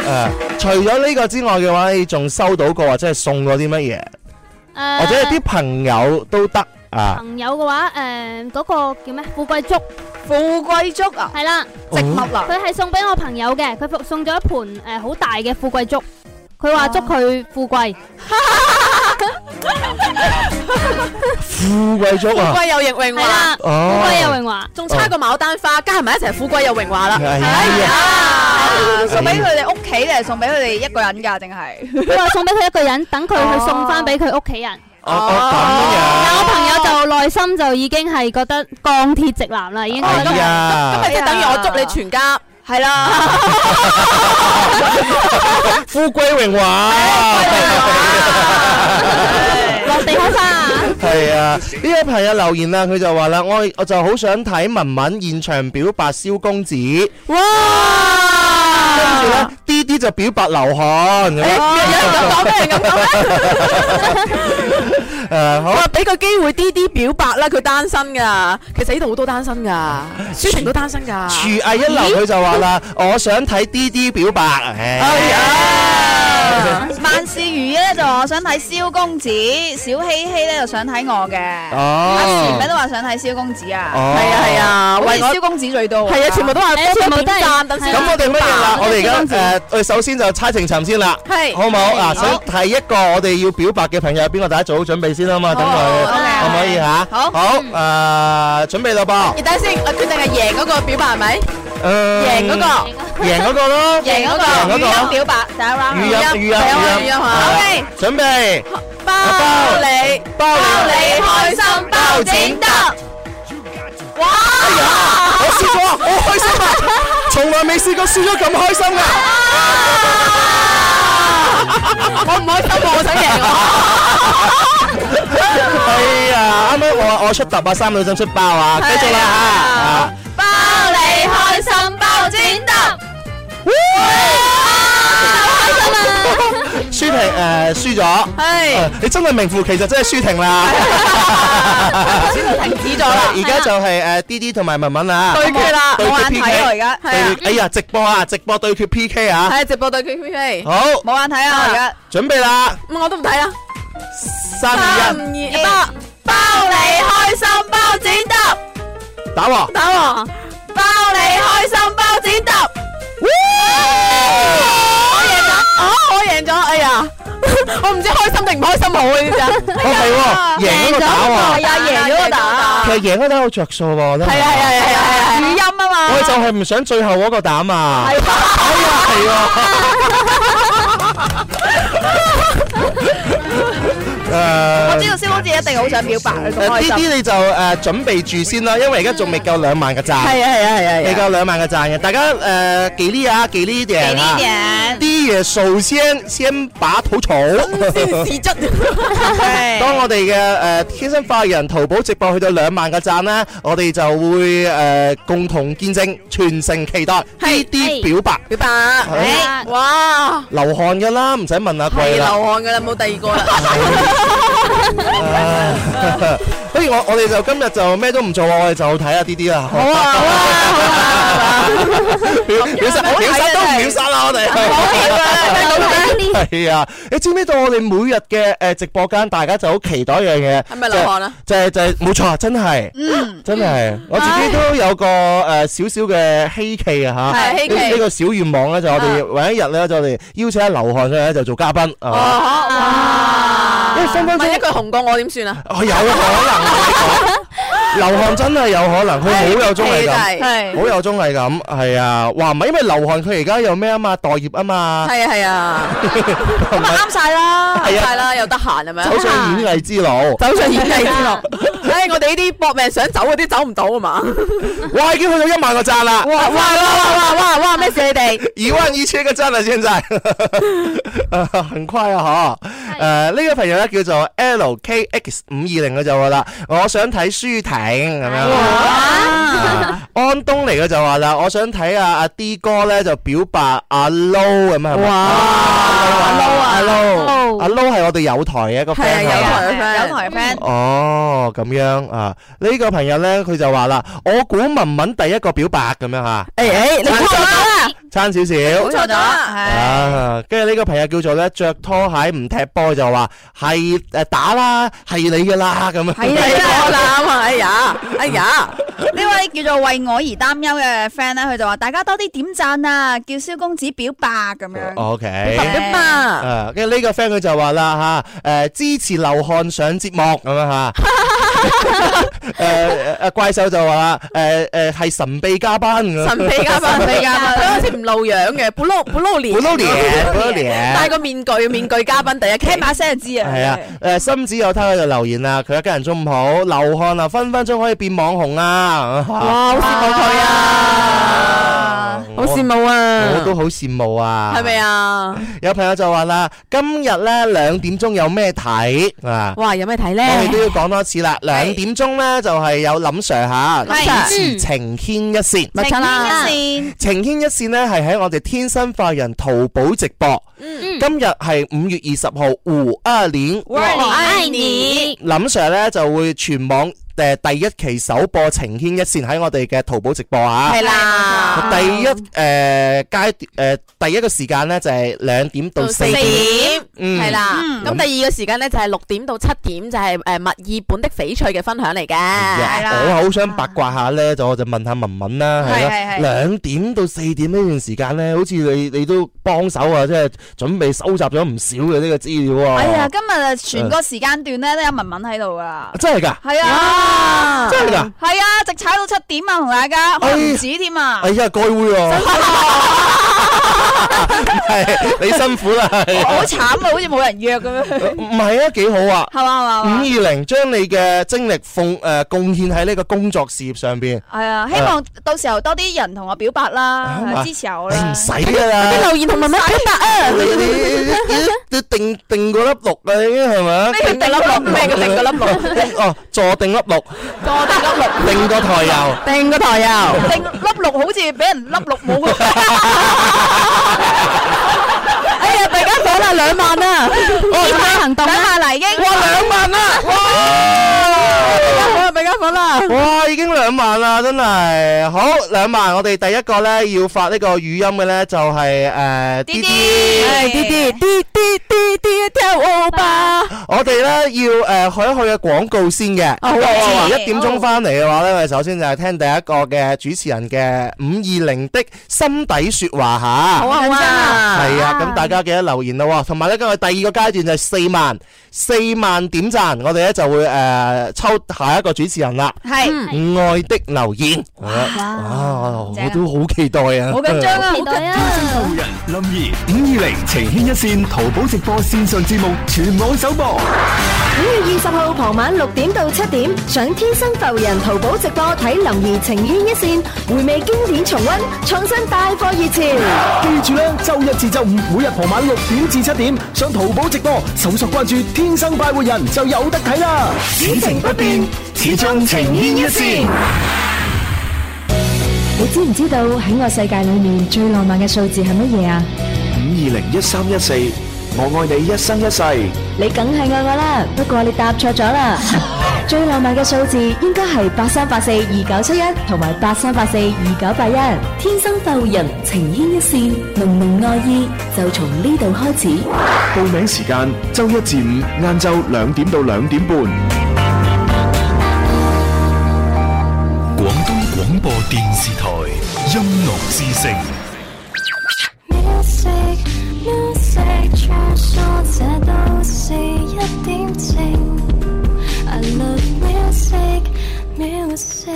Speaker 6: 誒、除咗呢個之外嘅話，你仲收到過或者係送過啲乜嘢？
Speaker 9: 誒
Speaker 6: 或者係啲朋友都得啊？
Speaker 9: 朋友嘅話，誒嗰個叫咩？富貴竹
Speaker 7: 富貴竹啊，
Speaker 9: 係啦，
Speaker 7: 植物啊啦，
Speaker 9: 佢係送俾我朋友嘅，佢送送咗一盆誒好大嘅富貴竹，佢話祝佢富貴，
Speaker 6: 富貴竹
Speaker 8: 富
Speaker 6: 啊！
Speaker 8: 貴有榮榮
Speaker 9: 係
Speaker 8: 華，
Speaker 9: 啦，富
Speaker 6: 哦
Speaker 9: 貴有榮華，
Speaker 8: 仲差個牡丹花，加埋一齊富貴有榮華啦。
Speaker 6: 哎
Speaker 7: 係
Speaker 6: 呀！
Speaker 7: 啊，送俾佢哋屋企定係送俾佢哋一個人㗎？定係
Speaker 9: 佢話送俾佢一個人，等佢去送翻俾佢屋企人。
Speaker 6: 哦哦
Speaker 9: 但我朋友就內心就已經係覺得鋼鐵直男啦，已經
Speaker 6: 咁樣，哎
Speaker 9: 覺得
Speaker 8: 咁
Speaker 6: 呀，
Speaker 8: 咪即係等於我祝你全家
Speaker 7: 係啦，
Speaker 6: 富貴榮華，
Speaker 9: 落地開花。
Speaker 6: 係啊！呢位朋友留言啦，佢就話啦，我我就好想睇文文現場表白蕭公子，
Speaker 8: 哇！
Speaker 6: 跟住咧啲啲就表白流汗咁
Speaker 8: Ờ,
Speaker 6: 樣，
Speaker 8: 咁講咩？咁講咩？dạ,
Speaker 6: 誒好
Speaker 8: 我。話俾個機會 D D 表白啦，佢單身噶，其實呢度好多單身噶，舒婷都單身噶。
Speaker 6: 廚藝一流，佢就話啦，我想睇 D D 表白。哎呀！
Speaker 7: 萬事如意咧就話我想睇蕭公子，小希希咧就想睇我嘅，阿
Speaker 6: 哦
Speaker 7: 前咪都話想睇蕭公子啊，
Speaker 6: 哦
Speaker 7: 係啊係啊，
Speaker 8: 喂
Speaker 7: 好似
Speaker 8: 我
Speaker 7: 蕭公子最多，
Speaker 8: 係啊，全部都話
Speaker 9: 誒全部都係
Speaker 8: 點贊等
Speaker 9: 係
Speaker 8: 先。
Speaker 6: 咁我哋乜嘢啦？我哋而
Speaker 9: 蕭公子
Speaker 6: 家誒，我哋首先就猜情尋先啦，
Speaker 8: 係
Speaker 6: 好唔好？嗱，
Speaker 7: 好
Speaker 6: 想睇一個我哋要表白嘅朋友係邊個？大家做好準備先啊嘛，等佢
Speaker 7: 哦
Speaker 6: 可唔可以吓？
Speaker 7: 好
Speaker 6: 好誒，準備啦噃
Speaker 8: 你等下先，我決定係贏嗰個表白係咪？
Speaker 6: 誒，
Speaker 8: 贏嗰個，
Speaker 6: 贏嗰個咯，
Speaker 7: 贏嗰個
Speaker 6: 贏嗰
Speaker 7: 語音
Speaker 6: 個，
Speaker 7: 表白第一 round，
Speaker 6: 語音語音
Speaker 8: 係啊
Speaker 6: 語
Speaker 8: 語
Speaker 6: 音
Speaker 8: 音啊
Speaker 6: ，OK，準備，
Speaker 8: 包你
Speaker 6: 包你
Speaker 8: 開心包剪得。
Speaker 6: 我試咗，好開心啊！從來未試過輸咗咁開心啊噶。
Speaker 8: 我唔開心喎，我想贏我。
Speaker 7: 啊
Speaker 6: 哎呀，啱啱我我出揼啊，三女仔出包啊，繼續啦啊！
Speaker 8: 包你開心包剪得。
Speaker 6: 輸婷诶輸咗，
Speaker 7: 係
Speaker 6: 誒你真係名副其實，真係舒婷 啦。
Speaker 7: 停止咗啦，
Speaker 6: 而家就係誒 D D 同埋文文啊，
Speaker 7: 啊對決啦
Speaker 6: 對
Speaker 7: 冇眼
Speaker 6: 決
Speaker 7: 睇
Speaker 6: P
Speaker 7: 喎
Speaker 6: K
Speaker 7: 而家係啊
Speaker 6: 哎呀，直播啊，直播對決 P K 啊，
Speaker 8: 系直播對決 P K，
Speaker 6: 好，
Speaker 7: 冇眼睇啊！而
Speaker 8: Dạ,
Speaker 7: 家
Speaker 6: 準備啦，
Speaker 8: 咁我都唔睇啦。
Speaker 6: 三二一，
Speaker 8: 一得，包你開心包剪揼，
Speaker 6: 打喎。
Speaker 8: 等我，包你開心包剪揼。我贏咗，啊我贏咗，哎 呀，我唔知開心定唔開心好啊呢只。
Speaker 6: 哦，
Speaker 8: Dạ,
Speaker 6: 係喎，贏嗰個打喎。
Speaker 7: 係啊，贏咗個打，
Speaker 6: 其實贏嗰個打有着數喎，我覺得
Speaker 8: 係啊係啊係啊係啊
Speaker 7: 語音啊嘛
Speaker 6: 我，就係唔想最後嗰個打嘛。係啊，係啊。
Speaker 7: 我知道蕭公子一定好想表白佢咁
Speaker 6: 誒
Speaker 7: 開
Speaker 6: 呢
Speaker 7: 心。
Speaker 6: 啲你就誒準備住先啦，因為而家仲未夠兩萬個贊，
Speaker 7: 係啊係啊係啊
Speaker 6: 未
Speaker 7: 係啊！
Speaker 6: 夠兩萬個贊嘅。大家誒給力啊，給力一點啊，
Speaker 7: 給力一點
Speaker 6: 第一嘢首先先把土草。
Speaker 8: 先至質，
Speaker 6: 當我哋嘅誒呃天生化人淘寶直播去到兩萬個贊呢，我哋就會誒、呃共同見證，全城期待呢啲表白。
Speaker 8: 表白，
Speaker 9: 係
Speaker 8: 哇，
Speaker 6: 流汗噶啦，唔使問阿
Speaker 8: 係
Speaker 6: 貴啦。
Speaker 8: 流汗噶啦，冇第二個啦。
Speaker 6: 不如我我哋就今日就咩都唔做，我哋就睇下啲啲啦。好啊，好啊，秒秒殺
Speaker 8: 好睇啊
Speaker 6: 秒殺都唔
Speaker 8: 真係
Speaker 6: 秒殺啦，我哋。
Speaker 9: 流汗
Speaker 6: 係啊，你知唔知道我哋每日嘅誒直播間，大家就好期待一樣嘢，
Speaker 8: 係咪流汗啊？
Speaker 6: 就係就係冇錯，真係，真係，我自己都有個誒少少嘅希冀啊嚇，
Speaker 8: 係希冀
Speaker 6: 呢呢個小願望咧，就我哋揾一日咧，就我哋邀請阿劉漢上咧就做嘉賓，係嘛？
Speaker 8: Ờ, 哇！
Speaker 6: 因為分分
Speaker 8: 萬一
Speaker 6: 鐘
Speaker 8: 佢紅過我點算啊？
Speaker 6: 哦我有可能，劉漢真係有可能，佢好有綜藝感，
Speaker 8: 係
Speaker 7: 係
Speaker 6: 好有綜藝感，係啊，哇！唔係因為劉漢佢而家有咩啊嘛，待業啊嘛，
Speaker 8: 係啊係啊，
Speaker 6: 唔係
Speaker 7: 啱晒啦！
Speaker 6: 係啊
Speaker 8: 晒啦，又得閒係咪啊？
Speaker 6: 走上演藝之路。
Speaker 8: 走上演藝之路。唉，我哋呢啲搏命想走嗰啲走唔到啊嘛。
Speaker 6: 哇，已經去到一萬個讚啦！
Speaker 7: 哇哇哇哇哇哇！咩事你哋？
Speaker 6: 一萬一千個讚啦，現 在，呃很快啊嗬。誒、呢、個朋友咧叫做 LKX 五二零，佢就話啦，我想睇舒婷咁樣。啊安東尼佢就話啦，我想睇下阿 D 哥咧就表白阿 Low 咁樣。哇！阿 Low 阿 Low 阿 Low 係我哋有台嘅一個 friend
Speaker 8: 係
Speaker 6: 係
Speaker 8: 啊
Speaker 6: 嘛
Speaker 8: 有台
Speaker 7: 有台 friend，
Speaker 6: 哦，咁樣啊？呢、個朋友咧，佢就話啦，我估文文第一個表白咁樣吓，
Speaker 7: 誒誒，你錯咗啦，
Speaker 6: 差少少。
Speaker 7: 錯咗，係
Speaker 6: 啊，跟住呢個朋友叫做咧着拖鞋唔踢波就話係誒打啦，係你噶啦咁樣。
Speaker 7: 係你
Speaker 8: 我
Speaker 7: 啦。
Speaker 8: 啦啊嘛，哎呀，哎呀，
Speaker 7: 呢位叫做為我而擔憂嘅 friend 咧，佢就話大家多啲點讚啊，叫蕭公子表白咁樣。
Speaker 6: O
Speaker 8: 咁
Speaker 6: K。
Speaker 8: 啫嘛，
Speaker 6: 啊，跟住呢個 friend 佢就話啦吓，誒、支持流漢上節目咁樣吓， 誒誒怪獸就話啦，誒誒係神秘嘉賓咁樣，
Speaker 8: 神秘嘉賓，神秘嘉賓，佢好似唔露樣嘅，不露不露臉，
Speaker 6: 古撈年，古撈年，
Speaker 8: 戴個面具，面具嘉賓第一期，
Speaker 7: 聽把聲就知啊。
Speaker 6: 係啊，誒心子有他喺度留言啊，佢一家人中午好，流漢啊分分鐘可以變網紅啊，哇，
Speaker 8: 哇，好羨慕佢啊，好羨慕
Speaker 6: 我
Speaker 8: 啊，
Speaker 6: 都好羨慕啊，
Speaker 8: 係咪啊？
Speaker 6: 有朋友就話啦，今日咧兩點鐘有咩睇啊？
Speaker 8: 哇，有咩睇
Speaker 6: 我哋都
Speaker 8: 咧？
Speaker 6: 要講多次啦，兩點鐘咧就係有林 Sir 吓，
Speaker 7: 係
Speaker 6: 主
Speaker 8: 嗯
Speaker 6: 持情牽一線。
Speaker 8: 咪
Speaker 7: 晴
Speaker 8: 親啦，
Speaker 7: 天
Speaker 6: 哦
Speaker 7: 一線，
Speaker 6: 情牽一線呢係喺我哋天生化人淘寶直播，
Speaker 8: 嗯
Speaker 6: 今日係五月二十號，胡阿年
Speaker 8: 我愛
Speaker 9: 你，
Speaker 6: 林 Sir 咧就會全網誒第一期首播情牽一線喺我哋嘅淘寶直播啊。
Speaker 8: 係啦，
Speaker 6: 第一誒呃階誒第一個時間咧就係兩點到四點，
Speaker 8: 點，
Speaker 6: 嗯
Speaker 8: 係啦。咁
Speaker 6: 咁
Speaker 8: 第二個時間咧就係六點到七點，就係誒墨爾本的翡翠嘅分享嚟嘅。
Speaker 7: 係啦
Speaker 6: 我好想八卦下咧，就我就問下文文啦，係
Speaker 7: 係
Speaker 6: 啦，
Speaker 7: 係係
Speaker 6: 兩點到四點呢段時間咧，好似你你都幫手啊，即係準備收集咗唔少嘅呢個資料喎。
Speaker 7: 哎呀，今日啊全個時間段咧都有文文喺度噶。
Speaker 6: 真係㗎，
Speaker 7: 係啊，
Speaker 6: 嗯真係㗎，
Speaker 7: 係啊，直踩到七點啊，同大家可能唔止添啊
Speaker 6: 哎。呀，該會喎，係你辛苦啦，係
Speaker 7: 我
Speaker 6: 啊
Speaker 7: 好慘啊，好似冇人約咁樣，係
Speaker 6: 唔係啊，幾好啊！
Speaker 7: 嘛係
Speaker 6: 五
Speaker 7: 嘛
Speaker 6: 二
Speaker 7: 係
Speaker 6: 零將你嘅精力奉誒貢獻喺呢個工作事業上邊，
Speaker 7: 嘛，係啊，希望到時候多啲人同我表白啦
Speaker 6: 係嘛，
Speaker 7: 支持我
Speaker 6: 你
Speaker 7: 啦
Speaker 6: 唔。使㗎啦。
Speaker 8: 留言同文文表白啊！
Speaker 6: 你你你你定定個粒六啦，已經係咪啊？
Speaker 8: 定個粒六，咩叫定個粒六？
Speaker 6: 哦，坐定粒六，
Speaker 8: 坐定粒六，
Speaker 6: 定個台油。
Speaker 8: 定個台油。
Speaker 7: 定粒六好
Speaker 8: 啊
Speaker 7: 似俾人粒六冇咁。
Speaker 8: 哎呀，大家講啦，
Speaker 9: 兩萬啊！呢排行動
Speaker 7: 兩
Speaker 9: 啦，
Speaker 7: 萬嚟已經，
Speaker 6: 哇，兩萬啦！
Speaker 8: 哎
Speaker 6: 哇！
Speaker 7: 俾間房啦，
Speaker 6: 哇，已經兩萬啦，真係好兩萬。我哋第一個咧要發呢個語音嘅咧就係誒滴滴，
Speaker 7: 哎滴滴滴滴滴滴跳舞吧，
Speaker 6: 我哋咧要誒去一去嘅廣告先嘅。
Speaker 7: 好啊好啊
Speaker 6: 一點鐘翻嚟嘅話咧，我哋首先就係聽第一個嘅主持人嘅五二零的心底説話嚇。
Speaker 7: 好啊好啊，
Speaker 6: 係啊，咁大家記得留言咯，同埋咧，今日第二個階段就係四萬四萬點讚，我哋咧就會誒、呃抽下一個主持人啦。
Speaker 7: 係
Speaker 6: 愛的留言，嗯哇！我都好期待啊！
Speaker 7: 好緊張啊
Speaker 9: 期，待啊！
Speaker 2: 湖人林怡五二零情牵一線淘寶直播線上節目全網首播，
Speaker 3: 五月二十號傍晚六點到七點，上天生浮人淘寶直播睇林怡情牽一線，回味經典重温，創新帶貨熱潮。
Speaker 10: 記住咧，周一至周五每日傍晚六點至七點，上淘寶直播搜索關注「天生快活人」就有得睇啦。
Speaker 2: 此情不變，始終情牽一線。
Speaker 3: 你知唔知道喺我世界裏面最浪漫嘅數字係乜嘢啊？
Speaker 10: 五二零一三一四，我愛你一生一世。
Speaker 3: 你梗係愛我啦，不過你答錯 咗啦。最浪漫嘅數字應該係八三八四二九七一同埋八三八四二九八一。
Speaker 11: 天生浮人，情牵一线，濃濃愛意就從呢度開始。
Speaker 10: 報名時間周一至五晏晝兩點到兩點半。
Speaker 2: 廣東廣播電視台音樂之聲。
Speaker 1: Music music，穿梭這都是一點情。I love music music。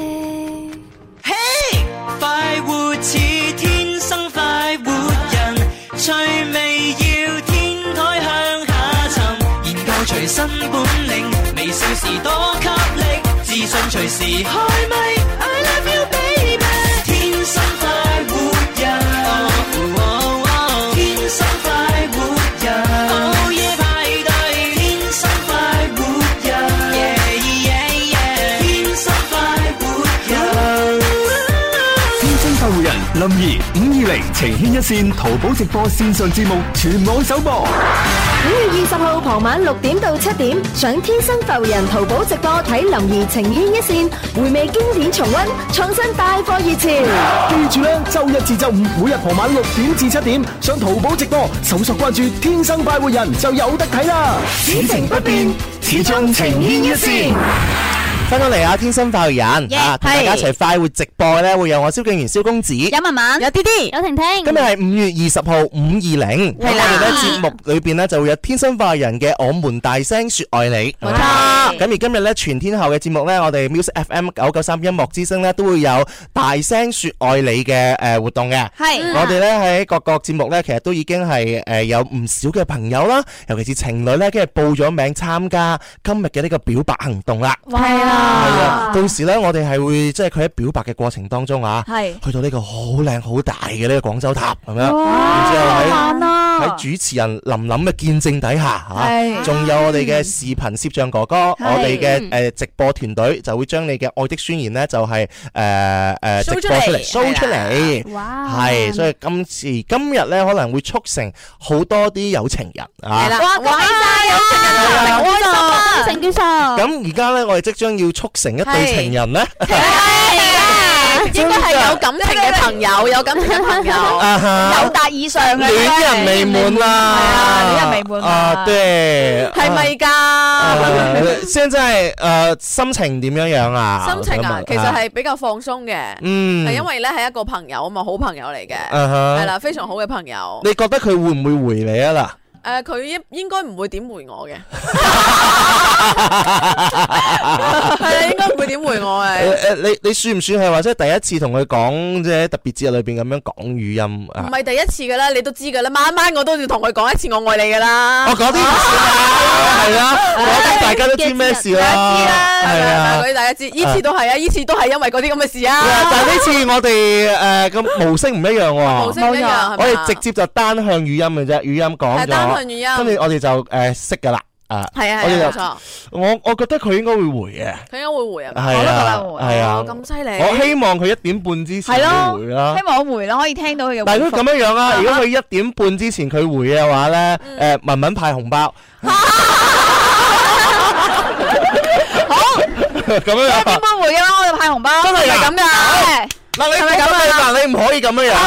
Speaker 12: 快活似天生快活人，趣味要天台向下沉，研究隨身本領，微笑時多給力，自信隨時開咪。I love you baby，天生快活人，哦哦哦天生快活人，午夜派對，天生快活人，yeah yeah yeah，天生快活人。
Speaker 2: 天生快活人林怡五二零情牵一線淘寶直播線上節目全網首播，
Speaker 3: 五月二十號傍晚六點到七點，上天生浮人淘寶直播睇林怡情牽一線，回味經典重温，創新帶貨熱潮。
Speaker 10: 記住咧，周一至周五每日傍晚六點至七點，上淘寶直播搜索關注「天生快活人」就有得睇啦。
Speaker 2: 此情不變，始終情牽一線。
Speaker 6: 翻返嚟啊，天生快活人啊，同大家一齊快活直播咧，會有我蕭敬元、蕭公子。
Speaker 9: 有文文，
Speaker 7: 有啲啲，
Speaker 9: 有婷婷，
Speaker 6: 今日係五月二十號五二零，咁我哋咧節目裏邊咧就會有天生化人嘅《我們大聲說愛你》，冇錯。咁而今日咧全天候嘅節目咧，我哋 Music FM 九九三音樂之聲咧都會有大聲說愛你嘅誒活動嘅。
Speaker 7: 係
Speaker 6: 我哋咧喺各個節目咧，其實都已經係誒有唔少嘅朋友啦，尤其是情侶咧，跟住報咗名參加今日嘅呢個表白行動啦。
Speaker 7: 係
Speaker 6: 係
Speaker 7: 啦，
Speaker 6: 啊，到時咧我哋係會即係佢喺表白嘅過程當中啊。
Speaker 7: 係。
Speaker 6: 去到呢個好靚好大嘅呢個廣州塔咁樣，然之後喺喺主持人林林嘅見證底下嚇，
Speaker 7: 係
Speaker 6: 仲有我哋嘅視頻攝像哥哥，我哋嘅誒直播團隊就會將你嘅愛的宣言呢，就係誒誒
Speaker 7: show
Speaker 6: 直播出嚟
Speaker 7: 出嚟
Speaker 6: show 出嚟。
Speaker 9: 哇，
Speaker 6: 係，所以今次今日呢，可能會促成好多啲有情人啊！
Speaker 7: 哇，恭喜晒有情人啊，好開心啊！
Speaker 9: 成娟嫂，
Speaker 6: 咁而家呢，我哋即將要促成一對
Speaker 7: 係
Speaker 6: 情人呢。
Speaker 8: 應該係有感情嘅朋 友，有感情嘅朋友。
Speaker 6: 啊哈
Speaker 7: 友達以上嘅，
Speaker 6: 戀人未滿啦，
Speaker 7: 係
Speaker 8: à,
Speaker 7: 啊，戀人未滿
Speaker 6: 啊，對，
Speaker 8: 係咪
Speaker 6: À,
Speaker 8: 㗎？
Speaker 6: 呃？現在呃，心情點樣樣啊？
Speaker 8: 心情啊
Speaker 6: 我想問，
Speaker 8: 其實係比較放鬆嘅，
Speaker 6: 嗯，
Speaker 8: 係因為咧係一個朋友啊嘛，好朋友嚟嘅，
Speaker 6: 啊哈
Speaker 8: 係啦，非常好嘅朋友。
Speaker 6: 你覺得佢會唔會回你啊啦？
Speaker 8: 誒，呃佢應應該唔會點回我嘅， 係啊，應該唔會點回我
Speaker 6: 誒
Speaker 8: 嘅。
Speaker 6: 誒，你你算唔算係話即係第一次同佢講即係特別節日裏邊咁樣講語音
Speaker 8: 唔
Speaker 6: 啊？
Speaker 8: 係第一次㗎啦，你都知㗎啦，晚晚我都要同佢講一次我愛你㗎啦
Speaker 6: 我。嗰啲唔算 啊，係啦，嗰啲大家都知咩事
Speaker 8: 大家
Speaker 6: 啦
Speaker 8: 知，啦，係
Speaker 6: 係
Speaker 8: 啊，
Speaker 6: 啊
Speaker 8: 嗰。啲大家知，呢次都係啊，呢次都係因為嗰啲咁嘅事
Speaker 6: 啊但係
Speaker 8: 啊，
Speaker 6: 呢次我哋誒 個模式唔一樣
Speaker 8: 模式
Speaker 6: 喎，
Speaker 8: 唔一樣係嘛
Speaker 6: 我哋直接就單向語音嘅啫，語音講
Speaker 8: 係單
Speaker 6: 咗，
Speaker 8: 向語音
Speaker 6: 跟住我哋就誒識㗎啦。啊，
Speaker 8: 係啊係啊
Speaker 6: 我哋就
Speaker 8: 冇錯
Speaker 6: 我我覺得佢應該會回嘅，
Speaker 8: 佢應該會回啊，
Speaker 6: 係啊，係啊，
Speaker 8: 咁犀利，
Speaker 6: 我希望佢一點半之前
Speaker 7: 係咯
Speaker 6: 會回啦
Speaker 7: 希。望我回啦，可以聽到佢嘅回覆。
Speaker 6: 但係如果咁樣樣啦，如果佢
Speaker 7: 啊
Speaker 6: 一點半之前佢回嘅話咧，誒文文派紅 包，
Speaker 7: 好
Speaker 6: 咁樣
Speaker 7: 一點
Speaker 6: 樣。
Speaker 7: 半回嘅話，我就派紅包，
Speaker 6: 真係㗎
Speaker 7: 係咪咁嘅？
Speaker 6: 嗱你
Speaker 7: 係咪咁啊
Speaker 6: 嗱你唔可以咁樣樣，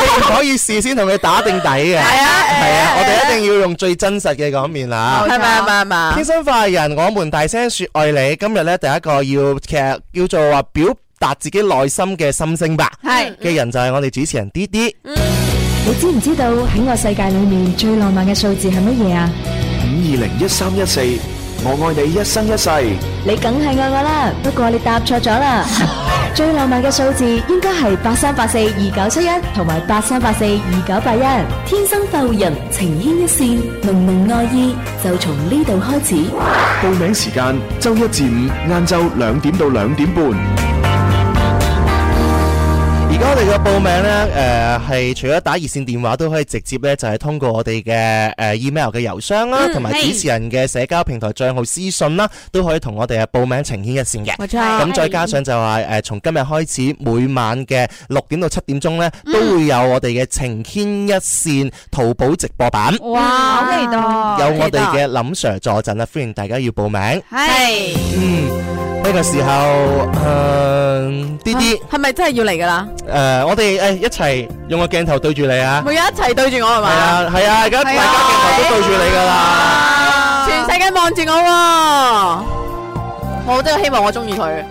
Speaker 6: 你唔可以事先同佢打定底嘅。係啊係啊，我哋一定要用最真實嘅嗰一面啦。
Speaker 8: 係咪係啊咪係咪？
Speaker 6: 天生化人，我們大聲說愛你。今日咧第一個要其實叫做話表達自己內心嘅心聲吧。
Speaker 7: 係
Speaker 6: 嘅人就係我哋主持人 D D。
Speaker 11: 你知唔知道喺我世界裏面最浪漫嘅數字係乜嘢啊？你梗係愛我啦，不過你答錯咗啦。最浪漫嘅數字應該係八三八四二九七一同埋八三八四二九八一。天生快活人，情牽一線，濃濃愛意就從呢度開始。
Speaker 10: 報名時間周一至五晏晝兩點到兩點半。
Speaker 6: 而家我哋嘅報名呢，誒、呃係除咗打熱線電話都可以直接呢，就係、通過我哋嘅誒 email 嘅郵箱啦，
Speaker 8: 嗯
Speaker 6: 同埋、
Speaker 8: 係
Speaker 6: 主持人嘅社交平台帳號私信啦，都可以同我哋誒報名呈牽一線嘅。
Speaker 8: 冇錯
Speaker 6: 咁再
Speaker 8: 係
Speaker 6: 加上就話誒，從今日開始每晚嘅六點到七點鐘呢，都會有我哋嘅情牽一線淘寶直播版，有
Speaker 7: 哇，好期待！
Speaker 6: 我哋嘅林 Sir 助陣啦，歡迎大家要報名。
Speaker 7: 係
Speaker 6: 嗯，呢、個時候誒啲啲。
Speaker 8: 係咪真係要嚟㗎啦？
Speaker 6: 誒、我哋誒、一齊用個鏡頭對住你啊！
Speaker 8: 每日一齊對住我係
Speaker 6: 係
Speaker 8: 嘛？
Speaker 6: 啊，係啊，而家大家鏡頭都對住你噶啦。啊
Speaker 8: 全世界望住我喎，我真係希望我中意佢，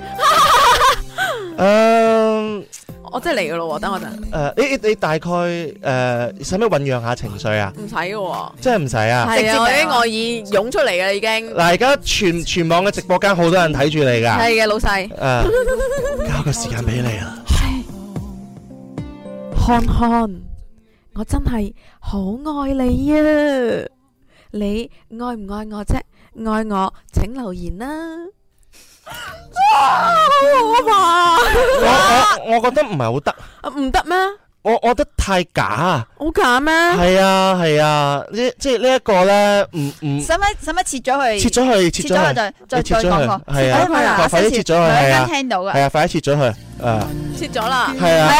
Speaker 6: 誒
Speaker 8: 我真係嚟㗎咯喎，等我陣，
Speaker 6: 誒，你你你大概誒使唔使醖釀下情緒啊？
Speaker 8: 唔使㗎喎。
Speaker 6: 真係唔使啊！
Speaker 8: 係啊，我啲外已湧出嚟嘅啦，已經。
Speaker 6: 嗱，而家全全網嘅直播間好多人睇住你
Speaker 8: 係
Speaker 6: 㗎。
Speaker 8: 嘅，老
Speaker 6: 誒，
Speaker 8: 細。
Speaker 6: 交個時間俾你啊！
Speaker 5: 看看，我真係好愛你啊！你愛唔愛我啫？愛我請留言啦！
Speaker 8: 哇，好
Speaker 6: 我我我覺得唔係好得，
Speaker 8: 可怕！唔得咩？
Speaker 6: 我我覺得太假啊！
Speaker 8: 好假咩？
Speaker 6: 係啊係啊，呢即係呢一個咧，唔唔
Speaker 7: 使唔使使唔使切咗佢？
Speaker 6: 切咗佢，切
Speaker 7: 切
Speaker 6: 咗佢，
Speaker 7: 咗佢再
Speaker 6: 你
Speaker 7: 再
Speaker 6: 切
Speaker 7: 再
Speaker 6: 咗
Speaker 7: 講
Speaker 6: 佢，
Speaker 7: 過。
Speaker 6: 係啊，快快啲切咗佢，係啊
Speaker 7: 間。聽到
Speaker 6: 系
Speaker 7: 㗎。
Speaker 6: 啊，快啲切咗佢，诶，
Speaker 8: 切咗啦。
Speaker 6: 系啊，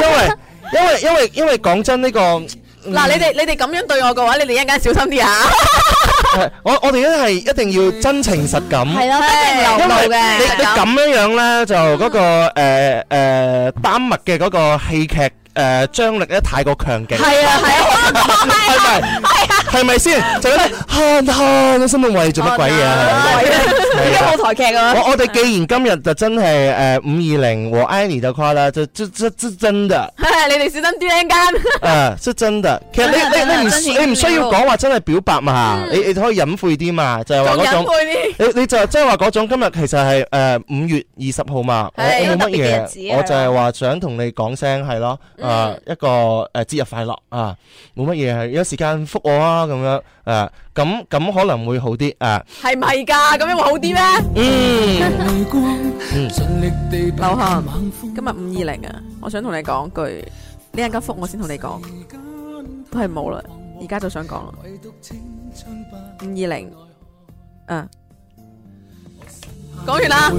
Speaker 6: 因為因為因為因為講真呢個，
Speaker 8: 嗱，你哋你哋咁樣對我嘅話，你哋一陣間小心啲啊！
Speaker 6: 係我我哋一係一定要真情實感，
Speaker 7: 係咯，不停流
Speaker 6: 因為
Speaker 7: 露嘅
Speaker 6: 你。你咁樣樣咧，就嗰個
Speaker 8: 嗯
Speaker 6: 呃诶诶丹麥嘅嗰個戲劇诶張力咧太過強勁，
Speaker 8: 係 啊係啊，
Speaker 6: 係咪？係咪先？就咧慳慳，心諗喂做乜鬼嘢
Speaker 8: 哦
Speaker 6: 啊？
Speaker 7: 而家舞台劇啊。
Speaker 6: 我我哋既然今日就真係诶五二零和 Annie 就跨啦，就就就就真的。
Speaker 8: 你哋小心啲一陣間。
Speaker 6: 啊，是真的。其實你
Speaker 7: 真
Speaker 6: 你
Speaker 7: 的
Speaker 6: 你唔
Speaker 7: 真情
Speaker 6: 你唔需要
Speaker 7: 流露
Speaker 6: 講話真係表白嘛，你你可以隱晦啲嘛，就係話
Speaker 8: 嗯仲
Speaker 6: 嗰
Speaker 8: 隱
Speaker 6: 種。
Speaker 8: 晦啲。
Speaker 6: 你你就即係話嗰種今日其實係誒五月二十號嘛，我
Speaker 8: 係
Speaker 6: 我冇乜
Speaker 7: 一個特別嘅日子啊嗯
Speaker 6: 嘢，
Speaker 7: 係
Speaker 6: 我就係話想同你講聲係咯，啊一個誒節日快樂啊，冇乜嘢，有時間覆我啊咁樣誒，咁咁可能會好啲啊，
Speaker 8: 係咪㗎？咁樣會好啲咩？
Speaker 6: 嗯，
Speaker 8: 劉涵，今日五二零啊，我想同你講句，呢陣間覆我先同你講，都係冇啦，而家就想講啦。五二零，嗯，講完啦，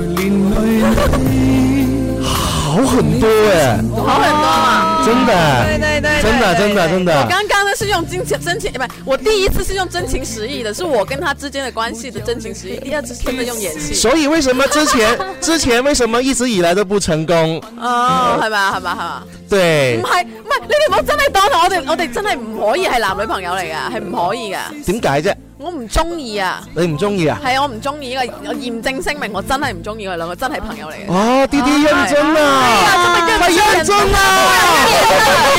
Speaker 6: 好很多誒，
Speaker 8: 好很多啊嘛。
Speaker 6: 真的
Speaker 7: 對對
Speaker 6: 真的真的真
Speaker 8: 我
Speaker 6: 的，
Speaker 8: 刚刚呢是用真情真情，不是我第一次是用真情实意的，是我跟他之间的关系的真情实意。第二次是真的用演戏。
Speaker 6: 所以為什麼之前 之前為什麼一直以來都不成功？
Speaker 8: 哦，系嘛系嘛系嘛，
Speaker 6: 對
Speaker 8: 唔。系唔系，你哋唔好真係當我哋我哋真係唔可以係男女朋友嚟噶，係唔可以噶。
Speaker 6: 點解啫？
Speaker 8: 我唔中意啊，
Speaker 6: 你唔中意 啊？
Speaker 8: 係啊我唔中意呢個，我驗證聲明，我真係唔中意佢兩個，真係朋友嚟嘅。
Speaker 6: 哦，啲啲認真啊，係認真啊！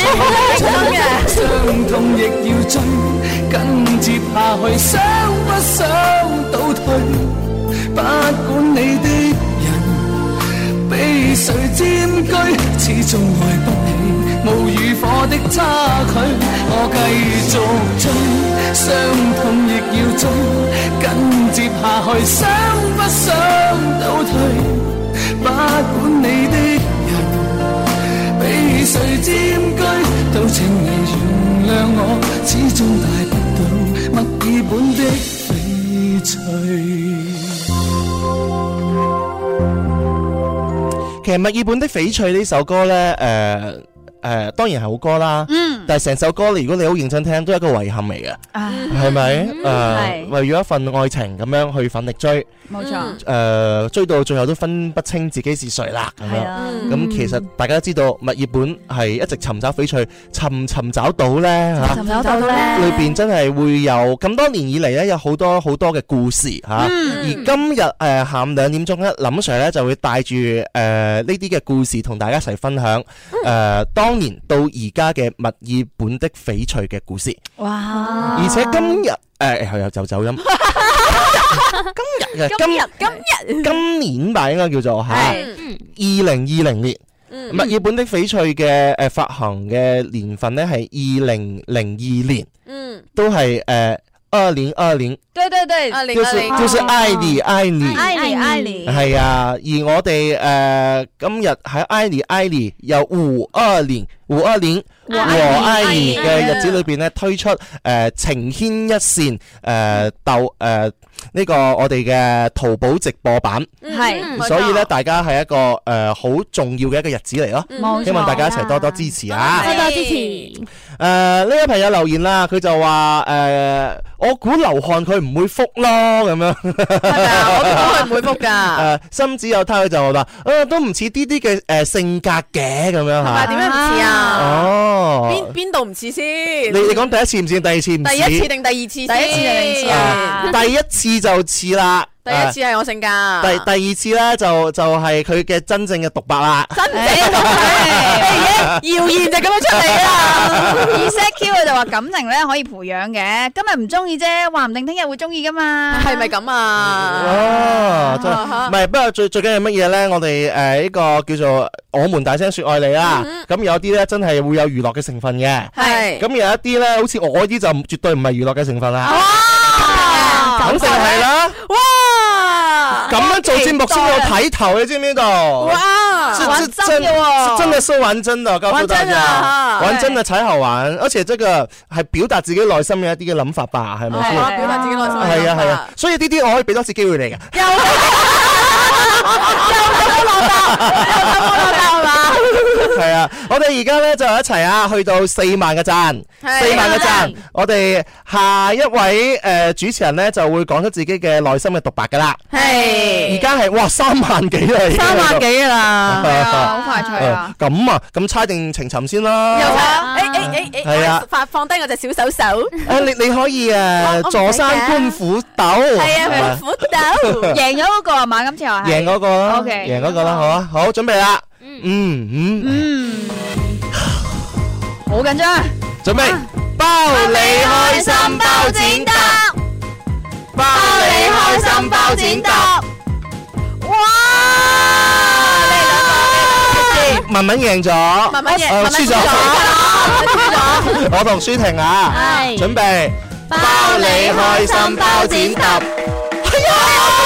Speaker 8: 真嘅，
Speaker 12: 傷痛亦要追，跟接下去，想不想倒退？不管你的人被誰佔據，始終愛不起無與火的差距。我繼續追，傷痛亦要追，跟接下去，想不想倒退？不管你的人。被誰佔據，都請你原諒我，始終大不到墨爾本的。
Speaker 6: 其實《墨爾本的翡翠》呢首歌呢，誒、誒、當然係好歌啦。
Speaker 7: 嗯
Speaker 6: 但係成首歌，如果你好認真聽，都係一個遺憾嚟嘅，
Speaker 7: 啊
Speaker 6: 係咪？誒、
Speaker 7: 係
Speaker 6: 為咗一份愛情咁樣去奮力追，誒、呃
Speaker 7: 冇錯，
Speaker 6: 追到最後都分不清自己是誰啦。咁
Speaker 7: 係
Speaker 6: 樣。
Speaker 7: 啊，
Speaker 8: 嗯
Speaker 6: 咁、其實大家都知道，墨爾本係一直尋找翡翠，尋尋找到 呢。嚇、
Speaker 7: 尋找到咧，
Speaker 6: 裏邊真係會有咁多年以嚟咧，有好多好多嘅故事嚇。而今日誒、呃下午兩點鐘咧，林 Sir 咧就會帶住誒呢啲嘅故事同大家一齊分享誒、呃、當年到而家嘅墨爾本的翡翠嘅故事，
Speaker 7: 哇！
Speaker 6: 而且今日誒係有就走 音。今日嘅今日今日今年吧，應該叫做嚇。
Speaker 7: 係
Speaker 6: 二零二零年。
Speaker 8: 嗯
Speaker 6: 墨爾本的翡翠嘅誒發行嘅年份咧係二零零二年，
Speaker 8: 嗯，
Speaker 6: 都係誒二零二零，
Speaker 7: 對對對，
Speaker 8: 二零哦
Speaker 6: 就
Speaker 8: 二
Speaker 6: 是
Speaker 8: 零，
Speaker 6: 就是愛你愛你，
Speaker 7: 愛你愛你，
Speaker 6: 係啊！而我哋誒、呃今日喺愛你愛你由五二零五二零和愛你嘅日子裏邊咧推出誒、呃情牽一線誒鬥誒呢個我哋嘅淘寶直播版，
Speaker 8: 嗯
Speaker 7: 係
Speaker 6: 所以咧大家係一個誒好、重要嘅一個日子嚟咯。
Speaker 8: 嗯
Speaker 7: 冇錯
Speaker 6: 希望大家一齊多多支持啊！
Speaker 9: 多多支持。
Speaker 6: 誒呢位朋友留言啦，佢就話誒、我估流汗佢唔會覆咯咁樣。
Speaker 8: 係咪啊？我都講佢唔會覆㗎，
Speaker 6: 誒心子有他佢就話，啊都唔似啲啲嘅誒性格嘅咁樣
Speaker 8: 係咪
Speaker 6: 嚇。
Speaker 8: 點樣唔似啊？邊
Speaker 6: 哦，
Speaker 8: 邊度唔似先？
Speaker 6: 你你講第一次唔似，第二次唔似。
Speaker 8: 第一次定第二次先？
Speaker 7: 第一次定第二次啊
Speaker 6: 啊第一次就似啦。
Speaker 8: 第一次係我性格，
Speaker 6: 啊。第第二次咧就就係佢嘅真正嘅獨白啦。
Speaker 8: 真正嘅謠言就咁樣出嚟啦。
Speaker 7: 而 set Q 佢就話感情咧可以培養嘅，今日唔中意啫，話唔定聽日會中意噶嘛。
Speaker 8: 係咪咁啊？
Speaker 6: 哦，真係
Speaker 8: 啊
Speaker 6: 唔係，不過最最緊要乜嘢咧？我哋誒呢個叫做我們大聲説愛你啦。咁有啲咧真係會有娛樂嘅成分嘅。
Speaker 8: 嗯係
Speaker 6: 咁有一啲咧，好似我呢啲就唔絕對唔係娛樂嘅成分啦。
Speaker 8: 哦啊
Speaker 6: 肯定係啦。
Speaker 8: 哇！
Speaker 6: 咁樣做節目先有睇頭，你知唔知道？
Speaker 8: 啊哇！
Speaker 6: 是
Speaker 7: 玩
Speaker 6: 是
Speaker 7: 真
Speaker 6: 真
Speaker 7: 的哦
Speaker 6: 真的是玩真的，告訴大
Speaker 8: 玩真的
Speaker 6: 家，
Speaker 8: 啊
Speaker 6: 玩真的才好玩，而且這個係表達自己內心嘅一啲嘅諗法吧，係咪
Speaker 8: 係
Speaker 6: 先？
Speaker 8: 啊表達自己內心嘅
Speaker 6: 係啊
Speaker 8: 諗法
Speaker 6: 係啊，所以呢啲我可以俾多次機會你嘅。
Speaker 8: 又 又咁落
Speaker 6: 係啊，我哋而家咧就一齊啊，去到四萬個讚，
Speaker 8: 係
Speaker 6: 四萬個讚
Speaker 9: 係。
Speaker 6: 我哋下一位誒主持人咧就會講出自己嘅內心嘅獨白噶啦。而
Speaker 8: 係
Speaker 6: 家係哇三萬幾啦，已經
Speaker 8: 三萬幾 啦，
Speaker 7: 係啊，好快脆啊！
Speaker 6: 咁啊，咁猜定情尋先啦。
Speaker 8: 又啊！誒誒誒
Speaker 6: 係啊
Speaker 8: 誒，放放低我隻小手手，
Speaker 6: 啊，你你可以誒坐山觀虎鬥，
Speaker 8: 係啊，苦豆。
Speaker 7: 贏咗嗰個係嘛？今次又係
Speaker 6: 贏嗰個啦，
Speaker 7: OK
Speaker 6: 贏嗰個啦，好啊，好準備啦，嗯嗯，
Speaker 7: 好緊張，
Speaker 6: 準備，包你開心包剪揼，包你開心包剪揼，哇！文文贏咗，
Speaker 8: 文文贏
Speaker 6: 呃
Speaker 8: 文文
Speaker 6: 輸
Speaker 8: 輸
Speaker 6: 咗，我同舒婷啊，
Speaker 9: 係
Speaker 6: 準備，包你開心包剪揼。啊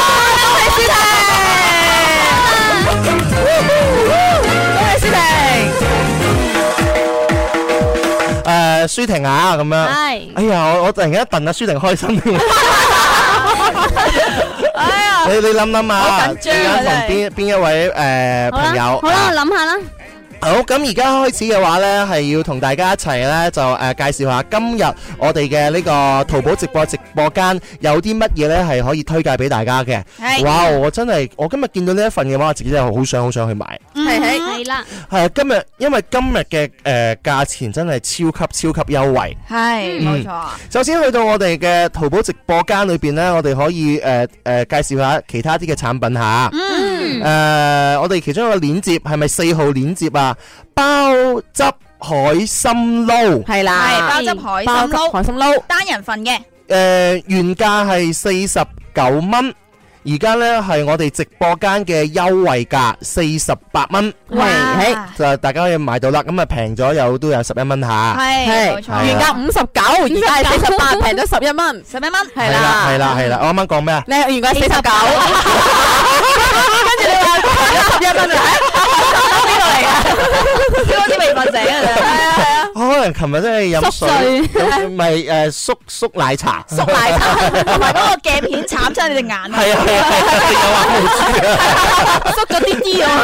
Speaker 6: 誒舒婷啊咁樣，
Speaker 9: 係
Speaker 6: 哎呀我我突然間戥阿舒婷開心添， 你你諗諗啊，
Speaker 7: 緊張啊
Speaker 6: 陣間同
Speaker 7: 真
Speaker 6: 邊邊一位誒
Speaker 9: 好啦
Speaker 6: 朋友
Speaker 9: 好啦，
Speaker 6: 啊
Speaker 9: 諗下啦，
Speaker 6: 好咁而家開始嘅啊話咧，係要同大家一齊咧就誒介紹下今日我哋嘅呢個淘寶直播直播間有啲乜嘢咧係可以推介俾大家嘅
Speaker 7: 係。
Speaker 6: 哇！我真係我今日見到呢一份嘅話，我自己真係好想好想去買。
Speaker 8: 係係
Speaker 9: 係啦，
Speaker 6: 係啊今日因為今日嘅誒價錢真係超級超級優惠。
Speaker 7: 係冇錯，
Speaker 6: 首先去到我哋嘅淘寶直播間裏邊呢，我哋可以誒誒、呃呃介紹下其他啲嘅產品吓。嗯。我哋其中一個鏈接係咪四號鏈接啊？包汁海參撈，誒、
Speaker 8: 係
Speaker 7: 係包
Speaker 8: 啦，
Speaker 7: 汁海
Speaker 8: 包
Speaker 7: 參
Speaker 8: 汁
Speaker 7: 撈
Speaker 8: 海參撈，
Speaker 7: 單人份嘅，
Speaker 6: 呃原價係四十九蚊，而家呢係我哋直播間嘅優惠價四十八蚊，
Speaker 8: 喂，係
Speaker 6: 就大家可以買到啦。咁啊平咗有都有十一蚊吓。
Speaker 7: 係
Speaker 6: 啊
Speaker 7: 冇
Speaker 6: 係
Speaker 7: 錯
Speaker 8: 原，價五十九，而家係四十八，平咗十一蚊，
Speaker 7: 十一蚊
Speaker 8: 係啦，
Speaker 6: 係啦係啦，我啱啱講咩啊？
Speaker 8: 你原價四十九，跟住你話十一蚊啊？ 邊度嚟啊？
Speaker 7: 超啲未瞓醒啊！
Speaker 6: 可能琴日真係飲水，有咪誒縮縮 奶茶，
Speaker 7: 縮奶茶，同埋嗰個鏡片慘親你隻眼啊。
Speaker 6: 係啊係啊係啊，有啊，
Speaker 8: 縮咗啲啲啊！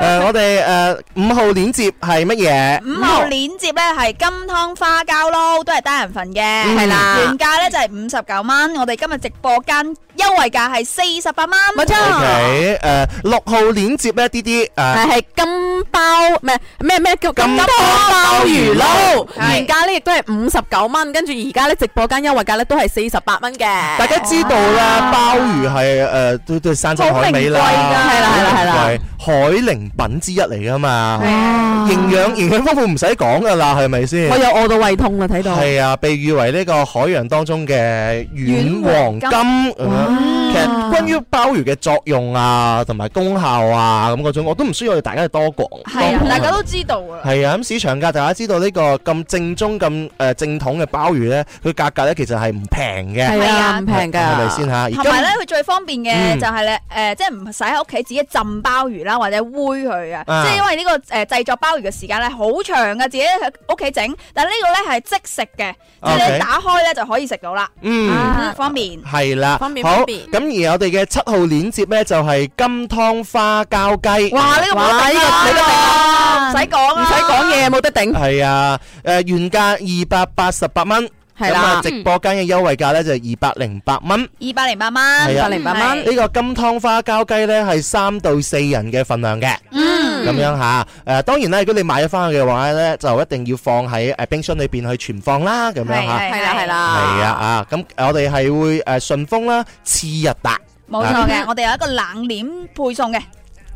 Speaker 6: 誒 我哋诶五號鏈接係乜嘢？
Speaker 7: 五號鏈接咧係金湯花膠撈，都係單人份嘅，
Speaker 6: 嗯係啦
Speaker 7: 原價咧就係五十九蚊，我哋今日直播間優惠價係四十八蚊，啊冇
Speaker 6: O K，诶六號鏈接咧，啲啲 诶
Speaker 8: 但系金包咩咩咩叫金包
Speaker 6: 鮑魚撈
Speaker 8: 原價咧亦都係五十九蚊，跟住而家咧直播間優惠價咧都係四十八蚊嘅。
Speaker 6: 大家知道啦，鮑魚係誒都都係山珍海味啦，
Speaker 8: 好名貴㗎係啦係啦係啦
Speaker 6: 好名貴，海寧品之一嚟噶嘛
Speaker 8: 係啊，
Speaker 6: 營養營養豐富唔使講噶啦，係咪先？
Speaker 8: 我又餓到胃痛啦，睇到。
Speaker 6: 係啊，被譽為呢個海洋當中嘅軟黃
Speaker 8: 軟黃金
Speaker 6: 金。咁樣其實關於鮑魚嘅作用啊，同埋功效啊咁嗰種，我都唔需要大家去多講。
Speaker 7: 係啊，
Speaker 6: 多講
Speaker 7: 大家都知道啊。
Speaker 6: 係啊，咁市場價大家知道呢個咁正宗咁誒正統嘅鮑魚咧，佢價格咧其實係唔平嘅。
Speaker 8: 係啊，唔平㗎。
Speaker 6: 係咪先嚇？而
Speaker 7: 同
Speaker 6: 家
Speaker 7: 埋咧，佢最方便嘅
Speaker 6: 嗯
Speaker 7: 就係咧，誒，即係唔使喺屋企自己浸鮑魚啦，或者煨佢啊。
Speaker 6: 啊
Speaker 7: 即係因為呢個誒製作鮑魚嘅時間咧好長嘅，自己喺屋企整。但係呢個咧係即食嘅，即係
Speaker 6: OK
Speaker 7: 你打開咧就可以食到啦。
Speaker 6: 嗯
Speaker 7: 啊，方便。
Speaker 6: 係啦，
Speaker 8: 方便
Speaker 6: 好
Speaker 8: 方便
Speaker 6: 咁而我哋嘅七號鏈接咧就係金湯花膠雞。
Speaker 7: 哇！呢個冇
Speaker 8: 哇
Speaker 7: 得
Speaker 8: 呢個
Speaker 7: 頂
Speaker 8: 你都頂
Speaker 7: 啊，唔使講
Speaker 8: 唔
Speaker 7: 啊，
Speaker 8: 使講嘢，冇得頂。
Speaker 6: 係啊，誒原價二百八十八蚊，
Speaker 8: 係
Speaker 6: 咁啊
Speaker 8: 啦，
Speaker 6: 直播間嘅優惠價咧就二百零八蚊。
Speaker 7: 二百零八蚊，
Speaker 6: 係啊
Speaker 8: 208蚊
Speaker 7: 係
Speaker 6: 呢個金湯花膠雞咧係三到四人嘅份量嘅。
Speaker 7: 嗯
Speaker 6: 咁樣吓，誒當然啦，如果你買咗翻去嘅話咧，就一定要放喺誒冰箱裏邊去存放啦，咁樣吓。
Speaker 8: 係啦係啦。
Speaker 6: 係啊啊，咁我哋係會誒順豐啦，次日達。
Speaker 7: 冇錯
Speaker 6: 啊
Speaker 7: 嘅，我哋有一個冷鏈配送嘅，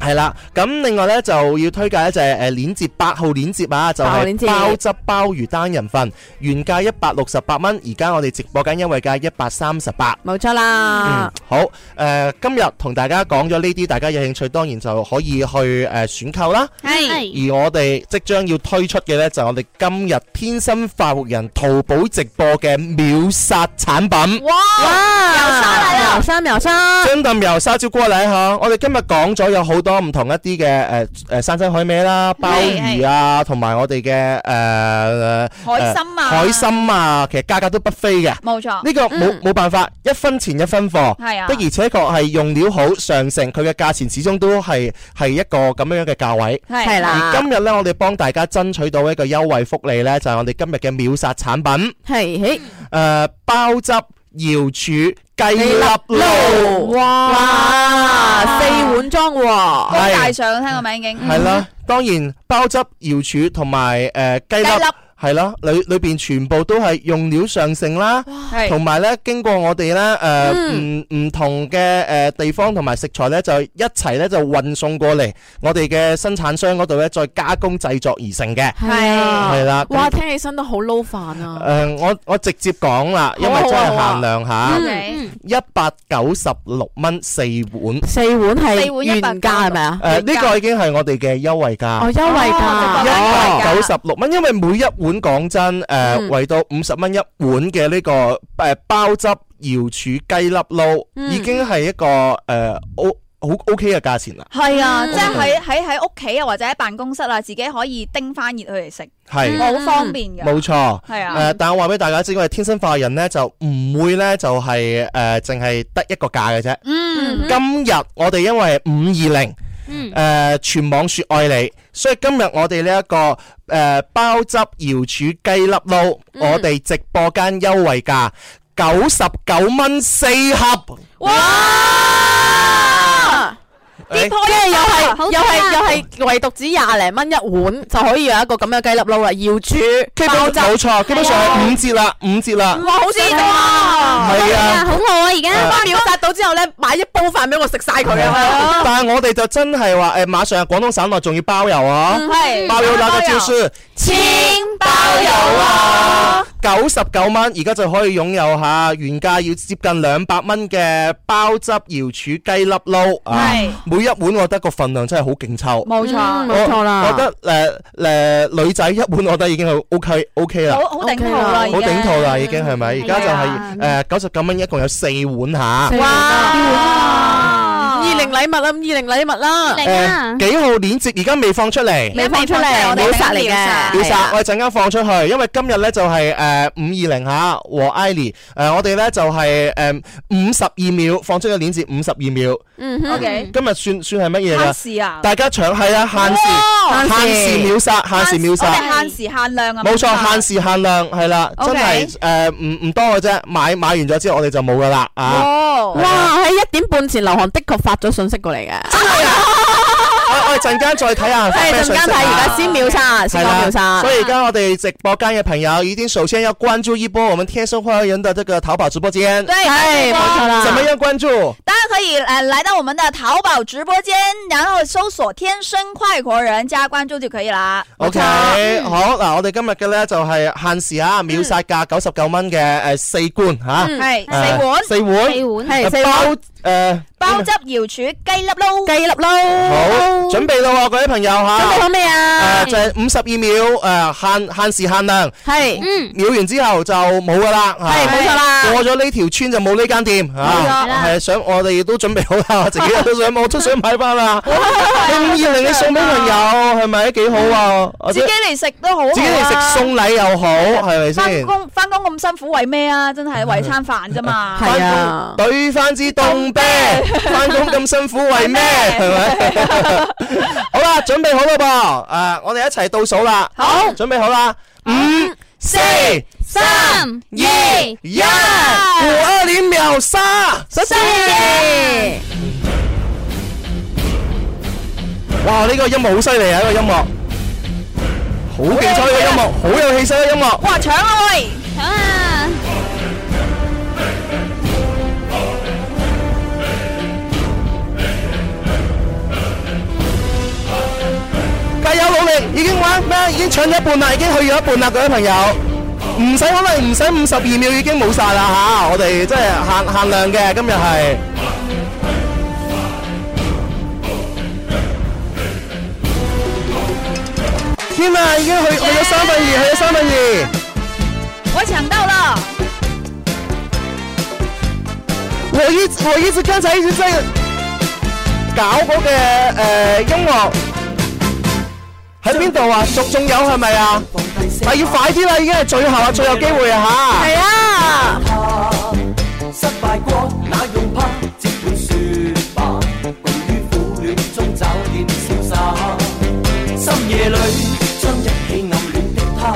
Speaker 6: 系啦，咁另外咧就要推介咧就係誒鏈接八號鏈接啊，就
Speaker 8: 八號
Speaker 6: 係
Speaker 8: 鏈接
Speaker 6: 包汁鮑魚單人份，原價一百六十八蚊，而家我哋直播緊優惠價一百三十八。
Speaker 8: 冇錯啦
Speaker 6: 嗯，，好，誒、今日同大家講咗呢啲，大家有興趣當然就可以去誒、選購啦。
Speaker 7: 係
Speaker 6: 而我哋即將要推出嘅呢，就係我哋今日天生快活人淘寶直播嘅秒殺產品。
Speaker 7: 哇，又沙嚟啦，
Speaker 8: 秒三秒 三，
Speaker 6: 真抌油沙椒過嚟嚇！我哋今日講咗有好多唔同一啲嘅誒誒山珍海味啦、鮑魚啊，同埋我哋嘅誒
Speaker 7: 海參啊
Speaker 6: 海參啊，其實價格都不菲嘅。
Speaker 7: 冇錯，
Speaker 6: 呢個冇冇辦法，一分錢一分貨，
Speaker 7: 係啊
Speaker 6: 的而且確係用料好上乘，佢嘅價錢始終都係係一個咁樣嘅價位。
Speaker 8: 係啦，
Speaker 6: 今日呢，我哋幫大家爭取到一個優惠福利呢，就係我哋今日嘅秒殺產品，
Speaker 8: 係嘿，
Speaker 6: 誒鮑汁瑤柱雞粒
Speaker 8: 撈
Speaker 6: 撈，
Speaker 8: 哇，四碗裝喎，
Speaker 7: 高大上，聽個名已經
Speaker 6: 係啦，當然鮑汁瑤柱同埋誒雞
Speaker 7: 雞
Speaker 6: 粒
Speaker 7: 粒。
Speaker 6: 係啦，裏裏邊全部都係用料上乘啦，
Speaker 7: 係
Speaker 6: 同埋咧經過我哋咧誒唔唔同嘅誒地方同埋食材咧，就一齊咧就運送過嚟我哋嘅生產商嗰度咧，再加工製作而成嘅。
Speaker 8: 係啊
Speaker 6: 係啦
Speaker 8: 哇，聽起身都好撈飯啊
Speaker 6: 誒、，呃我我直接講啦，因為真係限量嚇，
Speaker 7: ，OK，
Speaker 6: 一百九十六蚊四碗。誒、
Speaker 8: 四碗
Speaker 7: 四
Speaker 8: 係
Speaker 7: 碗
Speaker 8: 原
Speaker 7: 190
Speaker 8: 價係咪啊？
Speaker 6: 呢個已經係我哋嘅優惠價。
Speaker 8: 哦，優惠
Speaker 7: 哦
Speaker 8: 價
Speaker 7: 直。
Speaker 6: 一百
Speaker 7: 哦
Speaker 6: 九十六蚊，因為每一碗講真，誒、
Speaker 8: 嗯
Speaker 6: 為到五十蚊一碗嘅呢、個誒、包汁瑤柱雞粒撈，
Speaker 8: 嗯
Speaker 6: 已經係一個誒 O 好 OK 嘅價錢啦。
Speaker 7: 係啊，
Speaker 8: 嗯
Speaker 7: 即係喺喺喺屋企啊，或者喺辦公室啊，自己可以叮翻熱佢嚟食，
Speaker 6: 係
Speaker 7: 好
Speaker 8: 嗯
Speaker 7: 方便嘅，
Speaker 6: 冇錯。誒、
Speaker 7: 係啊，
Speaker 6: 但我話俾大家知，我哋天生化人呢就唔會呢，就係誒淨係得一個價嘅啫。
Speaker 7: 嗯，
Speaker 6: 今日我哋因為五二零。
Speaker 9: 嗯，
Speaker 6: 誒全網説愛你，所以今日我哋呢一個誒包汁瑤柱雞粒撈，我哋直播間優惠價九十九蚊四盒，
Speaker 8: 哇！
Speaker 6: 誒
Speaker 8: 即係又係
Speaker 9: 好
Speaker 8: 又
Speaker 9: 正啊
Speaker 8: 係又係，唯獨只廿零蚊一碗就可以有一個咁嘅雞粒撈啦，瑤柱
Speaker 6: 基本
Speaker 8: 爆汁，
Speaker 6: 冇錯，基本上係五折啦，五折啦，
Speaker 8: 哇，好正啊！
Speaker 6: 係
Speaker 9: 啊，
Speaker 6: 啊。
Speaker 9: 好餓啊而家。
Speaker 8: 我秒殺到之後咧，買一煲飯俾我食晒佢啊！
Speaker 6: 但係我哋就真係話誒，馬上廣東省內仲要包郵啊！
Speaker 7: 係
Speaker 6: 包郵那個招數，千包郵啊！九十九蚊，而家就可以擁有下原價要接近兩百蚊嘅包汁瑤柱雞粒撈啊！
Speaker 7: 係
Speaker 6: 每一碗我覺得個份量真係好勁抽。
Speaker 7: 冇錯，
Speaker 8: 嗯
Speaker 7: 好
Speaker 8: 冇錯啦
Speaker 6: 我覺得誒誒、女仔一碗，我覺得已經係 O K O K 啦，
Speaker 7: 好啊頂套啦，已
Speaker 6: 好
Speaker 7: 經
Speaker 6: 頂套啦，已經係咪？而家就呃
Speaker 9: 係啊啊
Speaker 8: 啊
Speaker 6: 係誒九十九蚊，一共有四碗嚇。
Speaker 8: 哇！二零禮物啦，五二零禮物啦，
Speaker 9: 啊
Speaker 6: 誒呃幾號鏈接而家未放出嚟，
Speaker 8: 未放出嚟，秒殺嚟嘅，
Speaker 6: 秒殺，我哋陣間放出去，因為今日咧就係誒五二零嚇和 Ily 誒，我哋咧就係誒五十二秒放出個鏈接，五十二秒。
Speaker 7: 嗯哼，OK，
Speaker 6: 今日算算係乜嘢㗎？
Speaker 7: 限時啊
Speaker 6: 大家搶係啊，限
Speaker 7: 哇
Speaker 6: 時，限時秒殺，限時秒
Speaker 7: 我
Speaker 6: 殺。
Speaker 7: 哋限時限量啊，
Speaker 6: 冇錯，限時限量係啦，真
Speaker 7: OK
Speaker 6: 係誒唔唔多嘅啫，買買完咗之後我哋就冇㗎啦啊！
Speaker 7: 哦，
Speaker 8: 哇！喺一點半前，劉韓的確發咗信息過嚟嘅，
Speaker 6: 我我哋陣間再睇下，
Speaker 8: 係哎陣間睇，而家先秒殺，
Speaker 6: 啊系
Speaker 8: 先講秒
Speaker 6: 啦，
Speaker 8: 殺
Speaker 6: 所。以刚刚我哋直播间嘅朋友，一定首先要关注一波我们天生花园的这个淘宝直播间。
Speaker 7: 对哎淘宝没错啦
Speaker 6: 怎么样关注？
Speaker 7: 大家可以呃来到我们的淘宝直播间，然后搜索“天生快活人”加关注就可以啦。
Speaker 6: O K，好嗱，我哋今日嘅咧就係限時啊，秒殺價九十九蚊嘅诶四罐吓，
Speaker 7: 嗯係
Speaker 6: 誒
Speaker 7: 四碗
Speaker 6: 四碗，
Speaker 7: 四碗係
Speaker 6: 誒
Speaker 7: 四碗
Speaker 6: 包诶。
Speaker 7: 包汁瑤柱雞粒撈，
Speaker 8: 雞粒撈
Speaker 6: 好，準備啦喎，各位朋友吓，
Speaker 8: 準備好未啊
Speaker 6: 誒就係五十二秒誒限限時限量，
Speaker 8: 係，嗯，
Speaker 6: 秒完之後就冇噶啦，係
Speaker 8: 冇錯啦
Speaker 6: 過咗呢條村就冇呢間店啊，
Speaker 8: 冇錯
Speaker 6: 係想我哋都準備好啦， 我自己都想，我都想買翻啦，五二零你送俾朋友係咪幾好啊？或
Speaker 7: 自
Speaker 6: 者
Speaker 7: 己嚟食都好好 啊，
Speaker 6: 自己嚟食送禮又好，係咪
Speaker 7: 翻
Speaker 6: 先？
Speaker 7: 工翻工咁辛苦為咩啊？真係為餐飯啫嘛。
Speaker 6: 係啊，對翻支凍啤，翻工咁辛苦為咩？係咪？ 好啦，準備好啦噃，啊，我哋一齊倒數啦，好，準備好啦，五、四、三、二、一，五二零秒殺，再見。哇！呢、個音樂好犀利啊！呢、個音樂好勁抽，呢個音樂好有氣勢嘅音樂。
Speaker 7: 哇！搶啊喂！搶啊！
Speaker 6: 加油努力，已經玩咩？已經搶咗一半啦，已經去咗一半啦，各位朋友，唔使可能唔使五十二秒已經冇晒啦啊吓，我哋真係限限量嘅，今日係。天啊，已經去去咗三分二，去咗三分二。
Speaker 7: 我搶到了，
Speaker 6: 我一直我一直剛才一直在搞嗰嘅誒音樂喺邊度啊？仲仲有係咪啊？但要快啲啦，已經係最後啊，最後機會啊嚇！係
Speaker 8: 嗯啊！
Speaker 4: 失敗過，那用怕？只管説吧，共於苦戀中找點瀟灑。深夜裏將一起暗戀的他，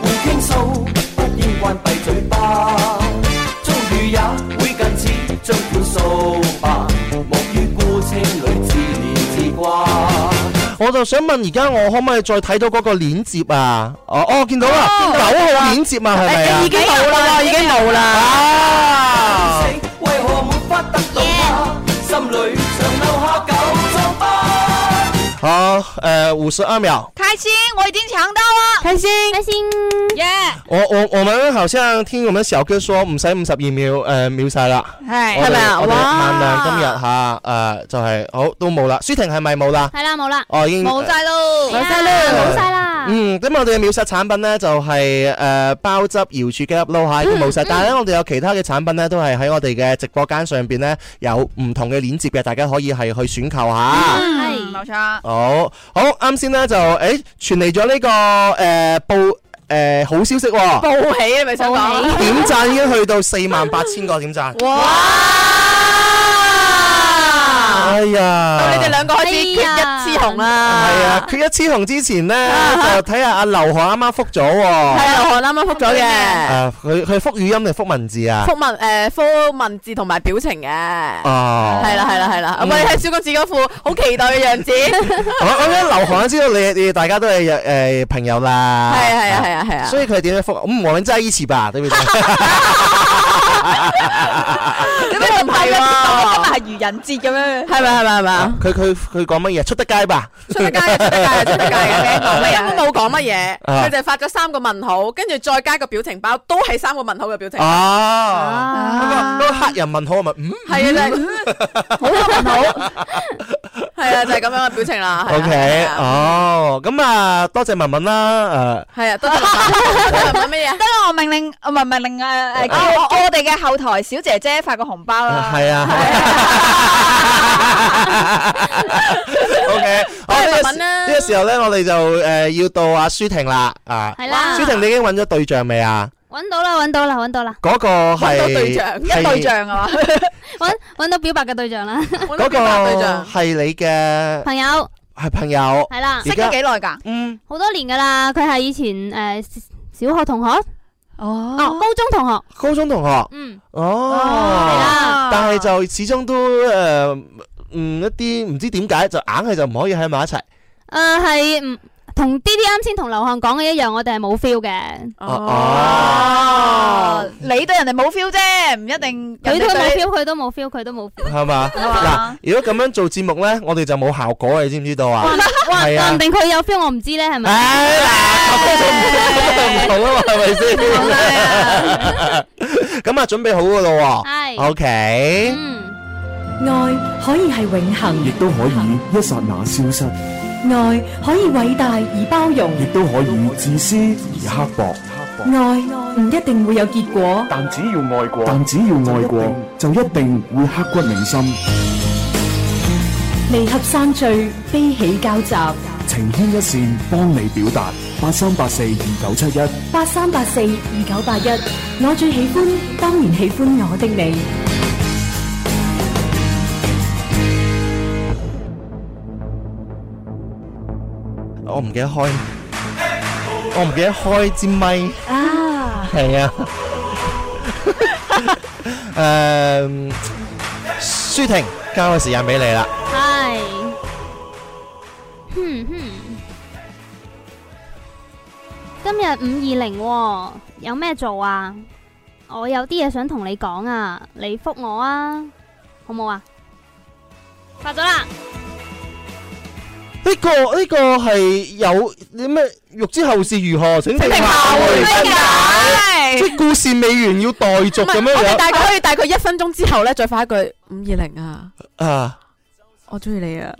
Speaker 4: 互傾訴，不應關閉嘴巴。遭遇也會近似，將款掃吧，莫於孤清裏自憐自掛。
Speaker 6: 我就想問，而家我可唔可以再睇到嗰個鏈接啊？哦哦，見到啦，九號鏈接啊，係咪啊？
Speaker 8: 已經冇啦，已經冇啦。
Speaker 4: 為何沒法得到他？心裏常留下九州疤。
Speaker 6: 好，誒，五十二秒。
Speaker 7: 開心！我已經搶到啊了，
Speaker 8: 開心，
Speaker 7: 開心，耶！
Speaker 6: 我我我们好像聽我們小哥說唔使五十二秒誒秒晒啦，
Speaker 7: 係
Speaker 6: 我哋
Speaker 7: 係咪啊
Speaker 6: 我哋
Speaker 7: 哇
Speaker 6: 限量今日吓誒就係好都冇啦，舒婷係咪冇啦？
Speaker 9: 係啦，冇啦，
Speaker 6: 哦已經
Speaker 9: 冇晒
Speaker 7: 咯，
Speaker 9: 冇晒啦，冇晒啦。
Speaker 6: 嗯，咁我哋嘅秒殺產品呢，就係誒包汁瑤柱雞粒撈 蟹已經冇晒，但係咧我哋有其他嘅產品呢，都係喺我哋嘅直播間上邊呢，有唔同嘅鏈接嘅，大家可以係去選購下。
Speaker 7: 嗯，冇錯。
Speaker 6: 好好，啱先呢，就誒傳嚟咗呢個誒報誒好消息喎，
Speaker 8: 報喜啊咪想講報喜
Speaker 6: 點讚已經去到四萬八千個點讚。哎呀！
Speaker 8: 你哋兩個開始一枝紅啦。
Speaker 6: 係啊，缺一雌雄之前呢，就睇下阿劉航啱啱復咗喎。
Speaker 8: 啊係啊，劉韓啱啱覆咗嘅。
Speaker 6: 啊，佢佢復語音定復文字啊？
Speaker 8: 覆文誒覆文字同埋表情嘅，係
Speaker 6: 哦，
Speaker 8: 啦係啦係啦，
Speaker 6: 嗯
Speaker 8: 我哋睇小公子嗰副好期待嘅 樣子，
Speaker 6: 我我覺得劉航知道你你大家都係誒朋友啦。
Speaker 8: 係啊係啊係啊係啊
Speaker 6: 所以佢點樣復？嗯，我們在一起吧，對唔 對？
Speaker 7: 你咪唔係喎，今日係愚人節咁樣，
Speaker 8: 啊係咪係咪係咪啊？
Speaker 6: 佢佢佢講乜嘢？出得街吧？
Speaker 8: 出得街啊出得街啊出得街嘅，佢根本冇講乜嘢，
Speaker 6: 啊
Speaker 8: 佢就係發咗三個問號，跟住再加個表情包，都係三個問號嘅表情包。啊
Speaker 6: 啊哦，嗰個嗰個黑人問號係咪？嗯，
Speaker 8: 係啊，就係好多問號，係啊，就係咁樣嘅表情啦。係啊
Speaker 6: OK，哦，咁啊，多謝文文啦，呃
Speaker 8: 係啊，得乜嘢？
Speaker 7: 得啦，我命令，呃唔係命令诶诶，我我我哋嘅後台小姐姐發個紅包
Speaker 6: 誒，
Speaker 7: 啦。
Speaker 6: 係啊，OK，好呢個
Speaker 8: 文
Speaker 6: 時
Speaker 8: 文
Speaker 6: 呢
Speaker 8: 啦
Speaker 6: 個時候咧，我哋就誒要到阿舒婷啦，啊，
Speaker 9: 係啦
Speaker 6: 舒婷你已經揾咗對象未啊？
Speaker 9: 揾到啦，揾到啦，揾到啦，
Speaker 6: 嗰個係係
Speaker 9: 啊嘛，揾揾到表白嘅對象啦，
Speaker 6: 嗰個係你嘅
Speaker 9: 朋友
Speaker 6: 係朋友，
Speaker 9: 係啦，
Speaker 6: 而家？
Speaker 7: 耐㗎？
Speaker 6: 嗯，
Speaker 9: 好多年㗎啦，佢係以前诶小學同學，
Speaker 7: 哦，
Speaker 9: 高中同學，
Speaker 6: 高中同學，
Speaker 9: 嗯，
Speaker 7: Ờ,
Speaker 6: Ờ. 哦，但係就始終都誒，嗯，一啲唔知點解就硬係就唔可以喺埋一齊。
Speaker 9: 诶呃係唔同 D D 啱先同劉漢講嘅一樣，我哋係冇 feel 嘅，
Speaker 7: 哦，你對人哋冇 feel 啫，唔一定。
Speaker 9: 佢都冇 feel，佢都冇 feel，佢都冇 feel。
Speaker 6: 系嘛？
Speaker 9: 係嘛
Speaker 6: 嗱，如果咁樣做節目咧，我哋就冇效果啊！你知唔知道啊？
Speaker 9: 哇，
Speaker 6: 係
Speaker 9: 話
Speaker 6: 啊
Speaker 9: 唔，定佢有 feel，我唔知咧，係咪？
Speaker 6: 唔同啊嘛，係咪先？咁啊，準備好噶咯喎。
Speaker 11: 係
Speaker 6: OK。
Speaker 9: 嗯
Speaker 11: 愛可以係永恆，
Speaker 2: 亦都可以一刹那消失，
Speaker 11: 愛可以偉大而包容，
Speaker 2: 亦都可以自私而刻薄。
Speaker 11: 愛唔一定會有結果。
Speaker 2: 但只要愛過，但只要愛過，就一定會刻骨銘心。
Speaker 11: 離合散聚，悲喜交集。
Speaker 2: 情牽一線，幫你表達。八三八四二九七一。
Speaker 11: 八三八四二九八一，我最喜歡，當然喜歡我的你。
Speaker 6: 我唔記得開，我唔記得開支咪。
Speaker 11: 啊，
Speaker 6: 係啊。誒，舒婷，交個時間俾你啦。
Speaker 9: 係，哼哼，今日五二零喎，有咩做啊？我有啲嘢想同你講啊，你覆我啊，好冇啊？發咗啦，
Speaker 6: 呢個呢個係有啲咩欲知後事如何，請聽下我哋分解。即係故事未完要待續咁樣
Speaker 8: 我哋大
Speaker 6: 樣
Speaker 8: 概可以大概一分鐘之後咧，再發一句五二零啊，
Speaker 6: 啊！
Speaker 8: 我中意你啊！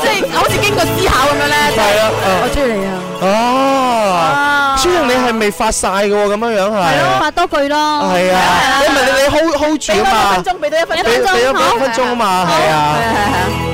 Speaker 8: 即係好似經過思考咁樣咧，
Speaker 6: 係啊啊
Speaker 8: 我中意你啊！
Speaker 6: À. 哦，朱玲你係未發晒嘅喎，咁樣樣係。
Speaker 9: 發多句咯。
Speaker 6: 係啊，你咪你你 hold hold 住啊嘛，
Speaker 8: 鐘，俾多一分
Speaker 6: 俾俾咗一分鐘啊嘛，係啊。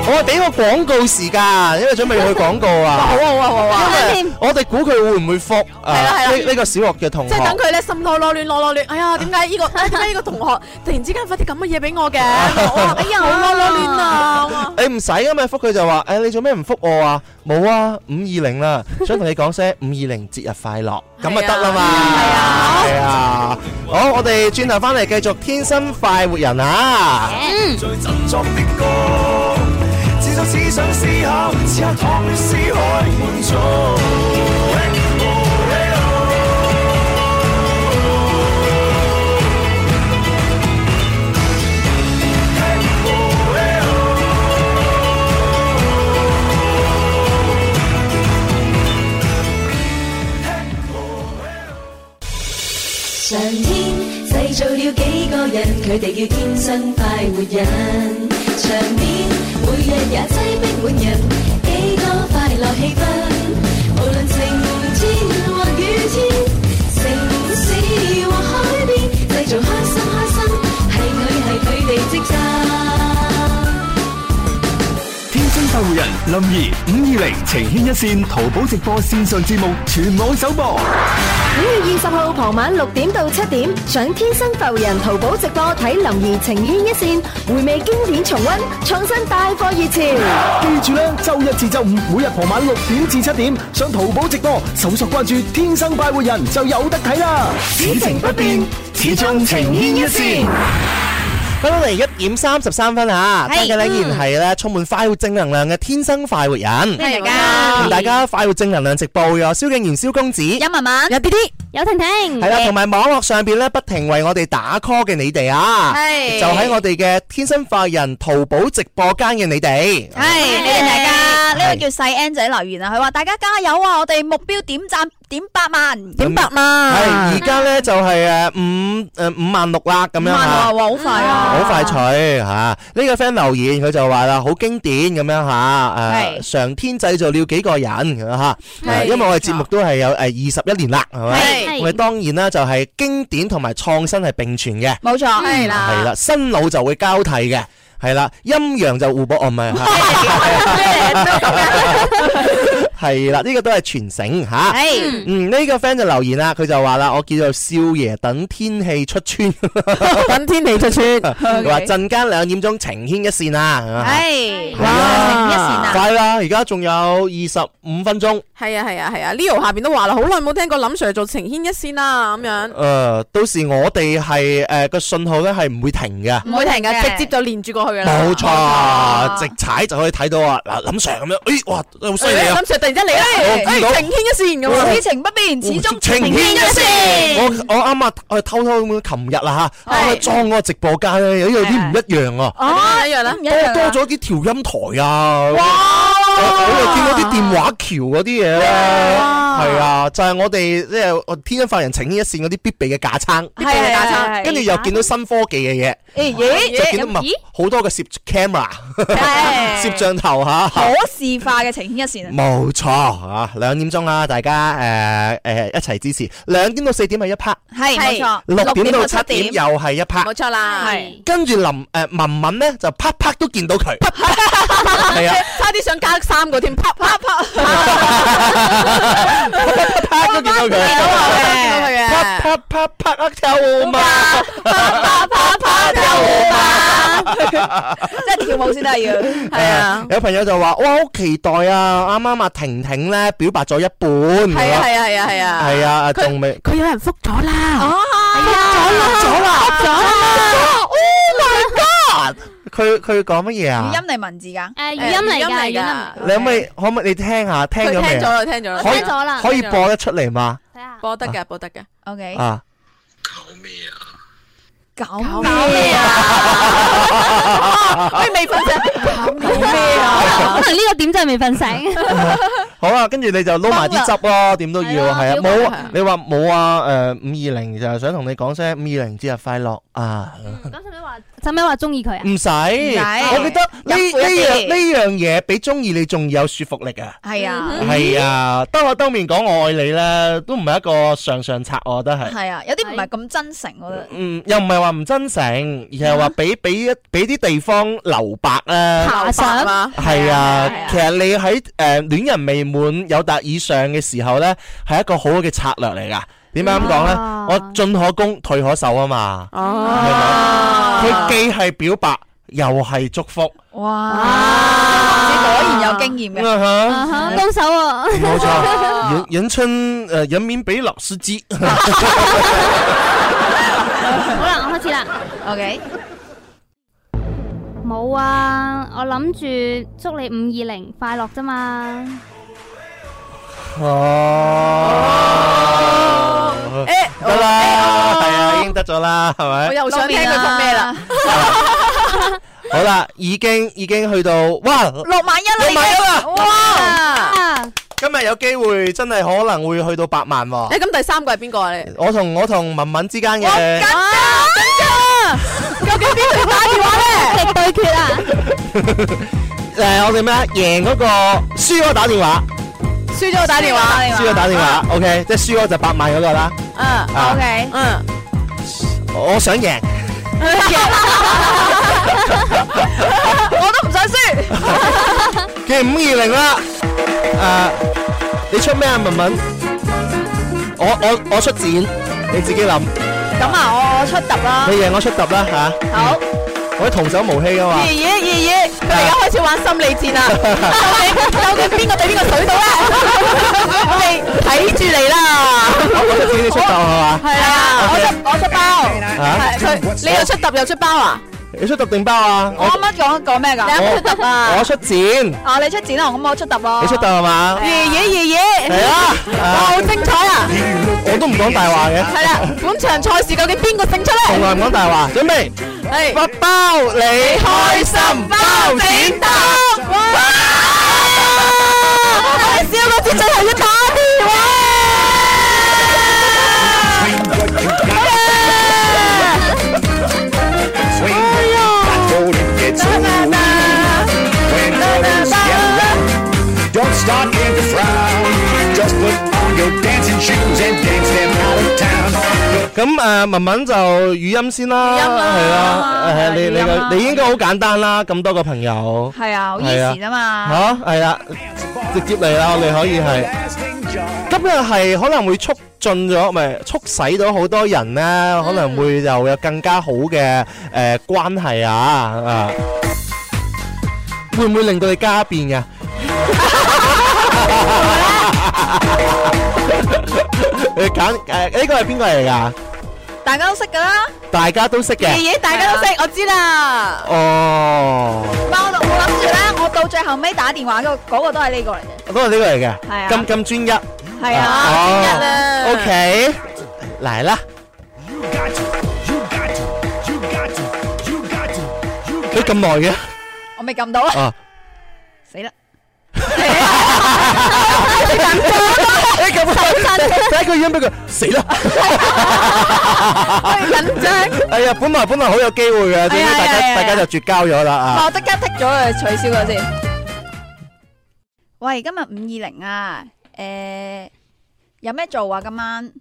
Speaker 6: 我係俾個廣告時間，因為準備去廣告啊。
Speaker 8: 好啊好啊好啊好啊
Speaker 6: 因為我哋估佢會唔會復啊？呢呢個小學嘅同
Speaker 8: 即
Speaker 6: 學
Speaker 8: 係。等佢咧心囉囉亂囉囉亂，哎呀，點解 呢個點解呢個同學突然之間發啲咁嘅嘢俾我 嘅？我話哎呀，好囉囉亂啊！
Speaker 6: 你唔使噶嘛，復佢就話：，誒、你做咩唔復我啊？冇啊，五二零啦，想同你講聲五二零節日快樂，咁咪得啦嘛。係啊，好，我哋轉頭翻嚟繼續天生快活人啊！
Speaker 4: 最振作的歌，只想只想思考，此刻淌於思海滿足。
Speaker 1: 上天製造了幾個人，佢哋叫天生快活人。場面每日也擠逼滿人，幾多快樂氣氛。無論晴天或雨天，城市或海邊，製造開心開心，係佢係佢哋職責。
Speaker 2: 天生快活人林怡五二零情牵一线淘宝直播线上节目全网首播，
Speaker 3: 五月二十號傍晚六點到七點，上天生浮人淘寶直播睇林怡情牽一線，回味經典重温，創新帶貨熱潮。
Speaker 10: 記住咧，周一至周五每日傍晚六點至七點上淘寶直播，搜索關注「天生快活人」就有得睇啦。
Speaker 2: 此情不變，始終情牽一線。
Speaker 6: 翻到嚟一點三十三分啊！
Speaker 2: 係
Speaker 6: 大家咧依然
Speaker 8: 嗯
Speaker 6: 係咧充滿快活正能量嘅天生快活人，
Speaker 9: 係㗎
Speaker 7: Dạ.
Speaker 6: 同大家快活正能量直播有蕭敬元、蕭公子，
Speaker 9: 有文文，
Speaker 8: 有啲啲，
Speaker 9: 有婷婷，
Speaker 6: 係啦，同埋網絡上邊咧不停為我哋打 call 嘅你哋啊，
Speaker 9: 係
Speaker 6: 就喺我哋嘅天生快人淘寶直播間嘅你哋，
Speaker 7: 係，你哋大家。啦，呢位叫細 N 仔留言啊，佢話大家加油啊！我哋目標點讚點八萬，點八萬
Speaker 6: 係而家咧就係誒五誒五萬六啦咁樣
Speaker 7: 萬啊，
Speaker 6: 嚇。
Speaker 7: 哇，好快啊！
Speaker 6: 好快脆吓，呢個 friend 留言佢就話啦，好經典咁樣吓，誒上天製造了幾個人咁吓，誒因為我哋節目都係有誒二十一年啦，係咪？
Speaker 7: 係
Speaker 6: 我哋當然啦，就係經典同埋創新係並存嘅，
Speaker 7: 冇
Speaker 8: 嗯
Speaker 7: 錯係啦
Speaker 6: 係啦，新老就會交替嘅，係啦，陰陽就互補，哦唔 係，係啦，呢個都係傳承吓
Speaker 7: 係，
Speaker 6: 嗯呢個 friend 就留言啦，佢就話啦，我叫做少爺等天氣出 村，
Speaker 8: 等天氣出 村，嗯
Speaker 6: 佢話陣間兩點鐘情牽一線啊，咁啊
Speaker 7: 係
Speaker 8: 哇，一線
Speaker 6: 快啦！而家仲有二十五分鐘，誒、
Speaker 8: 系啊系啊系啊，Leo 下边都話啦，好耐冇聽過林 Sir 做情牽一線啊啦，咁樣
Speaker 7: 嗯
Speaker 6: 到時我哋係誒個信號咧係唔會停嘅，
Speaker 8: 唔會停噶，直接就連住過去噶
Speaker 7: 嗯
Speaker 8: 啦。
Speaker 6: 冇錯，直踩就可以睇到啊！嗱，林 Sir 咁樣，誒、哇，好犀利啊
Speaker 8: 哎林！Sir 突然間嚟啦，
Speaker 6: 我見到
Speaker 8: 誒情牽一線咁啊，
Speaker 7: 此情不變，始終
Speaker 6: 情牽一線，我我啱啊，我偷偷咁樣，琴日啊嚇，
Speaker 7: 係
Speaker 6: 啱啱裝嗰個直播間咧，有有啲唔一樣啊，
Speaker 7: 哦，一樣啦，一樣
Speaker 6: 多
Speaker 7: 啦。
Speaker 6: 咗啲調音台啊，我我又見到啲電話橋嗰啲嘢咧，係啊，就係我哋即係我天生發人情牽一線嗰啲必備嘅架撐，
Speaker 7: 係係係係
Speaker 6: 跟住又見到新科技嘅嘢。
Speaker 7: 咦
Speaker 6: 就見到
Speaker 7: 咦，
Speaker 6: 咪好多嘅攝 camera、攝像頭嚇，
Speaker 7: 可視化嘅情牽一線啊！
Speaker 6: 冇錯啊！兩點鐘啦，大家誒誒一齊支持。兩點到四點係一 part，
Speaker 7: 係冇錯，
Speaker 6: 六點到七點又係一 part，
Speaker 8: 冇錯啦，
Speaker 7: 係
Speaker 6: 跟住林誒文文咧就啪啪都見到佢，係啊，
Speaker 8: 差啲想加三個添，啪啪啪啪
Speaker 6: 啪都見到佢，
Speaker 8: 到佢嘅。
Speaker 6: 啪啪啪啪啊跳舞嘛，
Speaker 7: 即係跳舞先得要，係啊。
Speaker 6: 有朋友就話：哇，好期待啊！啱啱啊婷婷咧表白咗一半，
Speaker 8: 係啊係啊係啊係啊，
Speaker 6: 係啊，仲未。
Speaker 8: 佢有人覆咗啦，
Speaker 6: 佢佢講乜嘢啊？
Speaker 7: 語音定文字㗎？
Speaker 9: 呃诶，语音嚟噶，語
Speaker 8: 嚟
Speaker 9: 音嚟㗎
Speaker 8: 噶，
Speaker 6: 你可唔可以可唔可以你聽下聽
Speaker 8: 佢
Speaker 6: 咗未
Speaker 8: 聽
Speaker 6: 啊？
Speaker 8: 咗啦，聽咗啦，
Speaker 6: 可以
Speaker 9: 聽咗啦
Speaker 6: 可以
Speaker 8: 聽咗啦
Speaker 6: 播得出嚟嘛？
Speaker 9: 睇下。
Speaker 8: 播得嘅播得嘅，
Speaker 7: O K，
Speaker 6: 啊，
Speaker 7: 搞咩啊？
Speaker 8: 喂未瞓醒，
Speaker 9: 可哦能呢個點就係未瞓 醒。
Speaker 6: 好啊，跟住你就撈埋啲汁咯，點都要
Speaker 9: 係啊
Speaker 6: 係啊，
Speaker 9: 要
Speaker 6: 冇
Speaker 8: 講
Speaker 6: 啊你話冇啊？誒五二零就係想同你講聲五二零節日快樂啊！
Speaker 9: 嗯咁使唔使話？使唔使話中意佢啊？
Speaker 6: 唔使，我覺得呢呢
Speaker 7: 飲苦一
Speaker 6: 樣
Speaker 7: 啲
Speaker 6: 呢樣嘢比中意你仲有說服力啊！
Speaker 7: 係啊，
Speaker 6: 係啊，當我當面講我愛你咧，都唔係一個上上策，我覺得係。
Speaker 7: 係啊，有啲唔係咁真誠，我覺得。
Speaker 6: 嗯，又唔係話唔真誠，而係話啊俾俾一俾啲地方留白啊咧。
Speaker 8: 頭髮嘛，
Speaker 6: 係啊
Speaker 7: 係啊，
Speaker 6: 其實你喺誒戀人未滿有達以上嘅時候呢，係一個好好嘅策略嚟㗎。點解咁講呢
Speaker 9: 啊？
Speaker 6: 我進可攻，退可守啊嘛。
Speaker 8: 哦，
Speaker 6: 佢既係表白，又係祝福。
Speaker 3: À.
Speaker 7: 哇！你果然有經驗嘅，
Speaker 6: 嗯哼
Speaker 9: 啊哈，高手啊！
Speaker 6: 冇錯，人人稱誒人面俾老司 機。
Speaker 9: 好啦，我開始啦。
Speaker 7: OK，
Speaker 9: 冇啊，我諗住祝你五二零快樂啫嘛。
Speaker 6: 哦，
Speaker 8: 誒
Speaker 6: 得啦，係啊，已經得咗啦，係咪
Speaker 8: 我？又想聽佢講咩啦，
Speaker 6: 好啦，已經已經去到，哇！
Speaker 7: 六萬一啦，
Speaker 6: 六萬一啦
Speaker 7: 哇！
Speaker 9: 啊，
Speaker 6: 今日有機會真係可能會去到百萬喎。
Speaker 8: 誒咁第三個係邊個啊你？
Speaker 6: 我同我同文文之間嘅
Speaker 8: 緊張，緊張，究竟邊個要打電話咧？
Speaker 9: 力對決啊！
Speaker 6: 誒，我哋咩啊？贏嗰個輸嗰個打電話，
Speaker 8: 輸咗我打電話，
Speaker 6: 輸嗰個打電話，OK，即係輸嗰個就百萬嗰個啦。
Speaker 8: 嗯
Speaker 6: 啊
Speaker 7: 啊，OK，
Speaker 8: 嗯，
Speaker 6: 我想贏，
Speaker 7: 我都唔想輸，
Speaker 6: 嘅五二零啦。誒，你出咩啊？文文，我我我出剪，你自己諗。
Speaker 7: 咁啊，我我出揼啦
Speaker 6: 你，贏我出揼啦嚇，
Speaker 7: 好，
Speaker 6: 我啲童叟無欺啊嘛
Speaker 8: 爺。爺爺爺，佢哋而家開始玩心理戰啦，究竟究竟邊個俾邊個水到咧？我哋睇住你啦，
Speaker 6: 我出剪你出揼係嘛？
Speaker 8: 係啊，我出我出包，
Speaker 6: 嚇，
Speaker 8: 係佢你又出揼又出包啊？
Speaker 6: 你出揼定包啊？
Speaker 7: 我啱啱講講咩㗎？
Speaker 6: 我
Speaker 7: 揼啊
Speaker 6: 我！出剪，你
Speaker 7: 啊，你出展啊，咁我出揼咯。
Speaker 6: 出揼係嘛？
Speaker 8: 爺爺爺爺，
Speaker 6: 嚟啦！
Speaker 8: 哇，
Speaker 6: 啊
Speaker 8: 好精彩啊！
Speaker 6: 我都唔講大話嘅，
Speaker 8: 係啦，本場賽事究竟邊個勝出
Speaker 6: 從
Speaker 8: 咧？
Speaker 6: 來唔講大話。準備。
Speaker 8: 係
Speaker 6: 不包你開心包剪揼。
Speaker 8: 哇！
Speaker 6: 咁誒文文就語音先啦，係啦，係你你個你應該好簡單啦，咁多個朋友，
Speaker 7: 係啊，好
Speaker 6: 係
Speaker 7: easy 啊嘛。
Speaker 6: 嚇係啦，直接嚟啦，我哋可以係。今日係可能會促進咗，咪促使到好多人咧，可能會又有更加好嘅誒關係啊啊！會唔會令到你家變嘅？ 你揀誒呢個係邊個嚟㗎？
Speaker 7: 大家都識㗎啦，
Speaker 6: 大家都識嘅。
Speaker 7: 爺爺大家都識，我知啦。
Speaker 6: 哦，
Speaker 7: 唔係我我諗住咧，我到最後尾打電話嗰個嗰個都係呢個嚟嘅。
Speaker 6: 都係呢個嚟嘅。
Speaker 7: 係啊
Speaker 6: 咁咁專一。
Speaker 7: 係啊，
Speaker 6: 哦
Speaker 7: 專一啦。
Speaker 6: À. OK，嚟啦。你咁耐嘅？
Speaker 7: 我未撳到啊，
Speaker 6: 啊，
Speaker 7: 死啦！
Speaker 6: 你咁耐，睇佢已經俾佢死啦！
Speaker 7: 緊張，
Speaker 6: 哎呀，本來本來好有機會嘅，點知大
Speaker 7: 係啊係
Speaker 6: 家
Speaker 7: 啊
Speaker 6: 大家就絕交咗啦啊！
Speaker 7: 我即刻剔咗佢，取消佢先。喂，今日五二零啊，诶、有咩做啊？今晚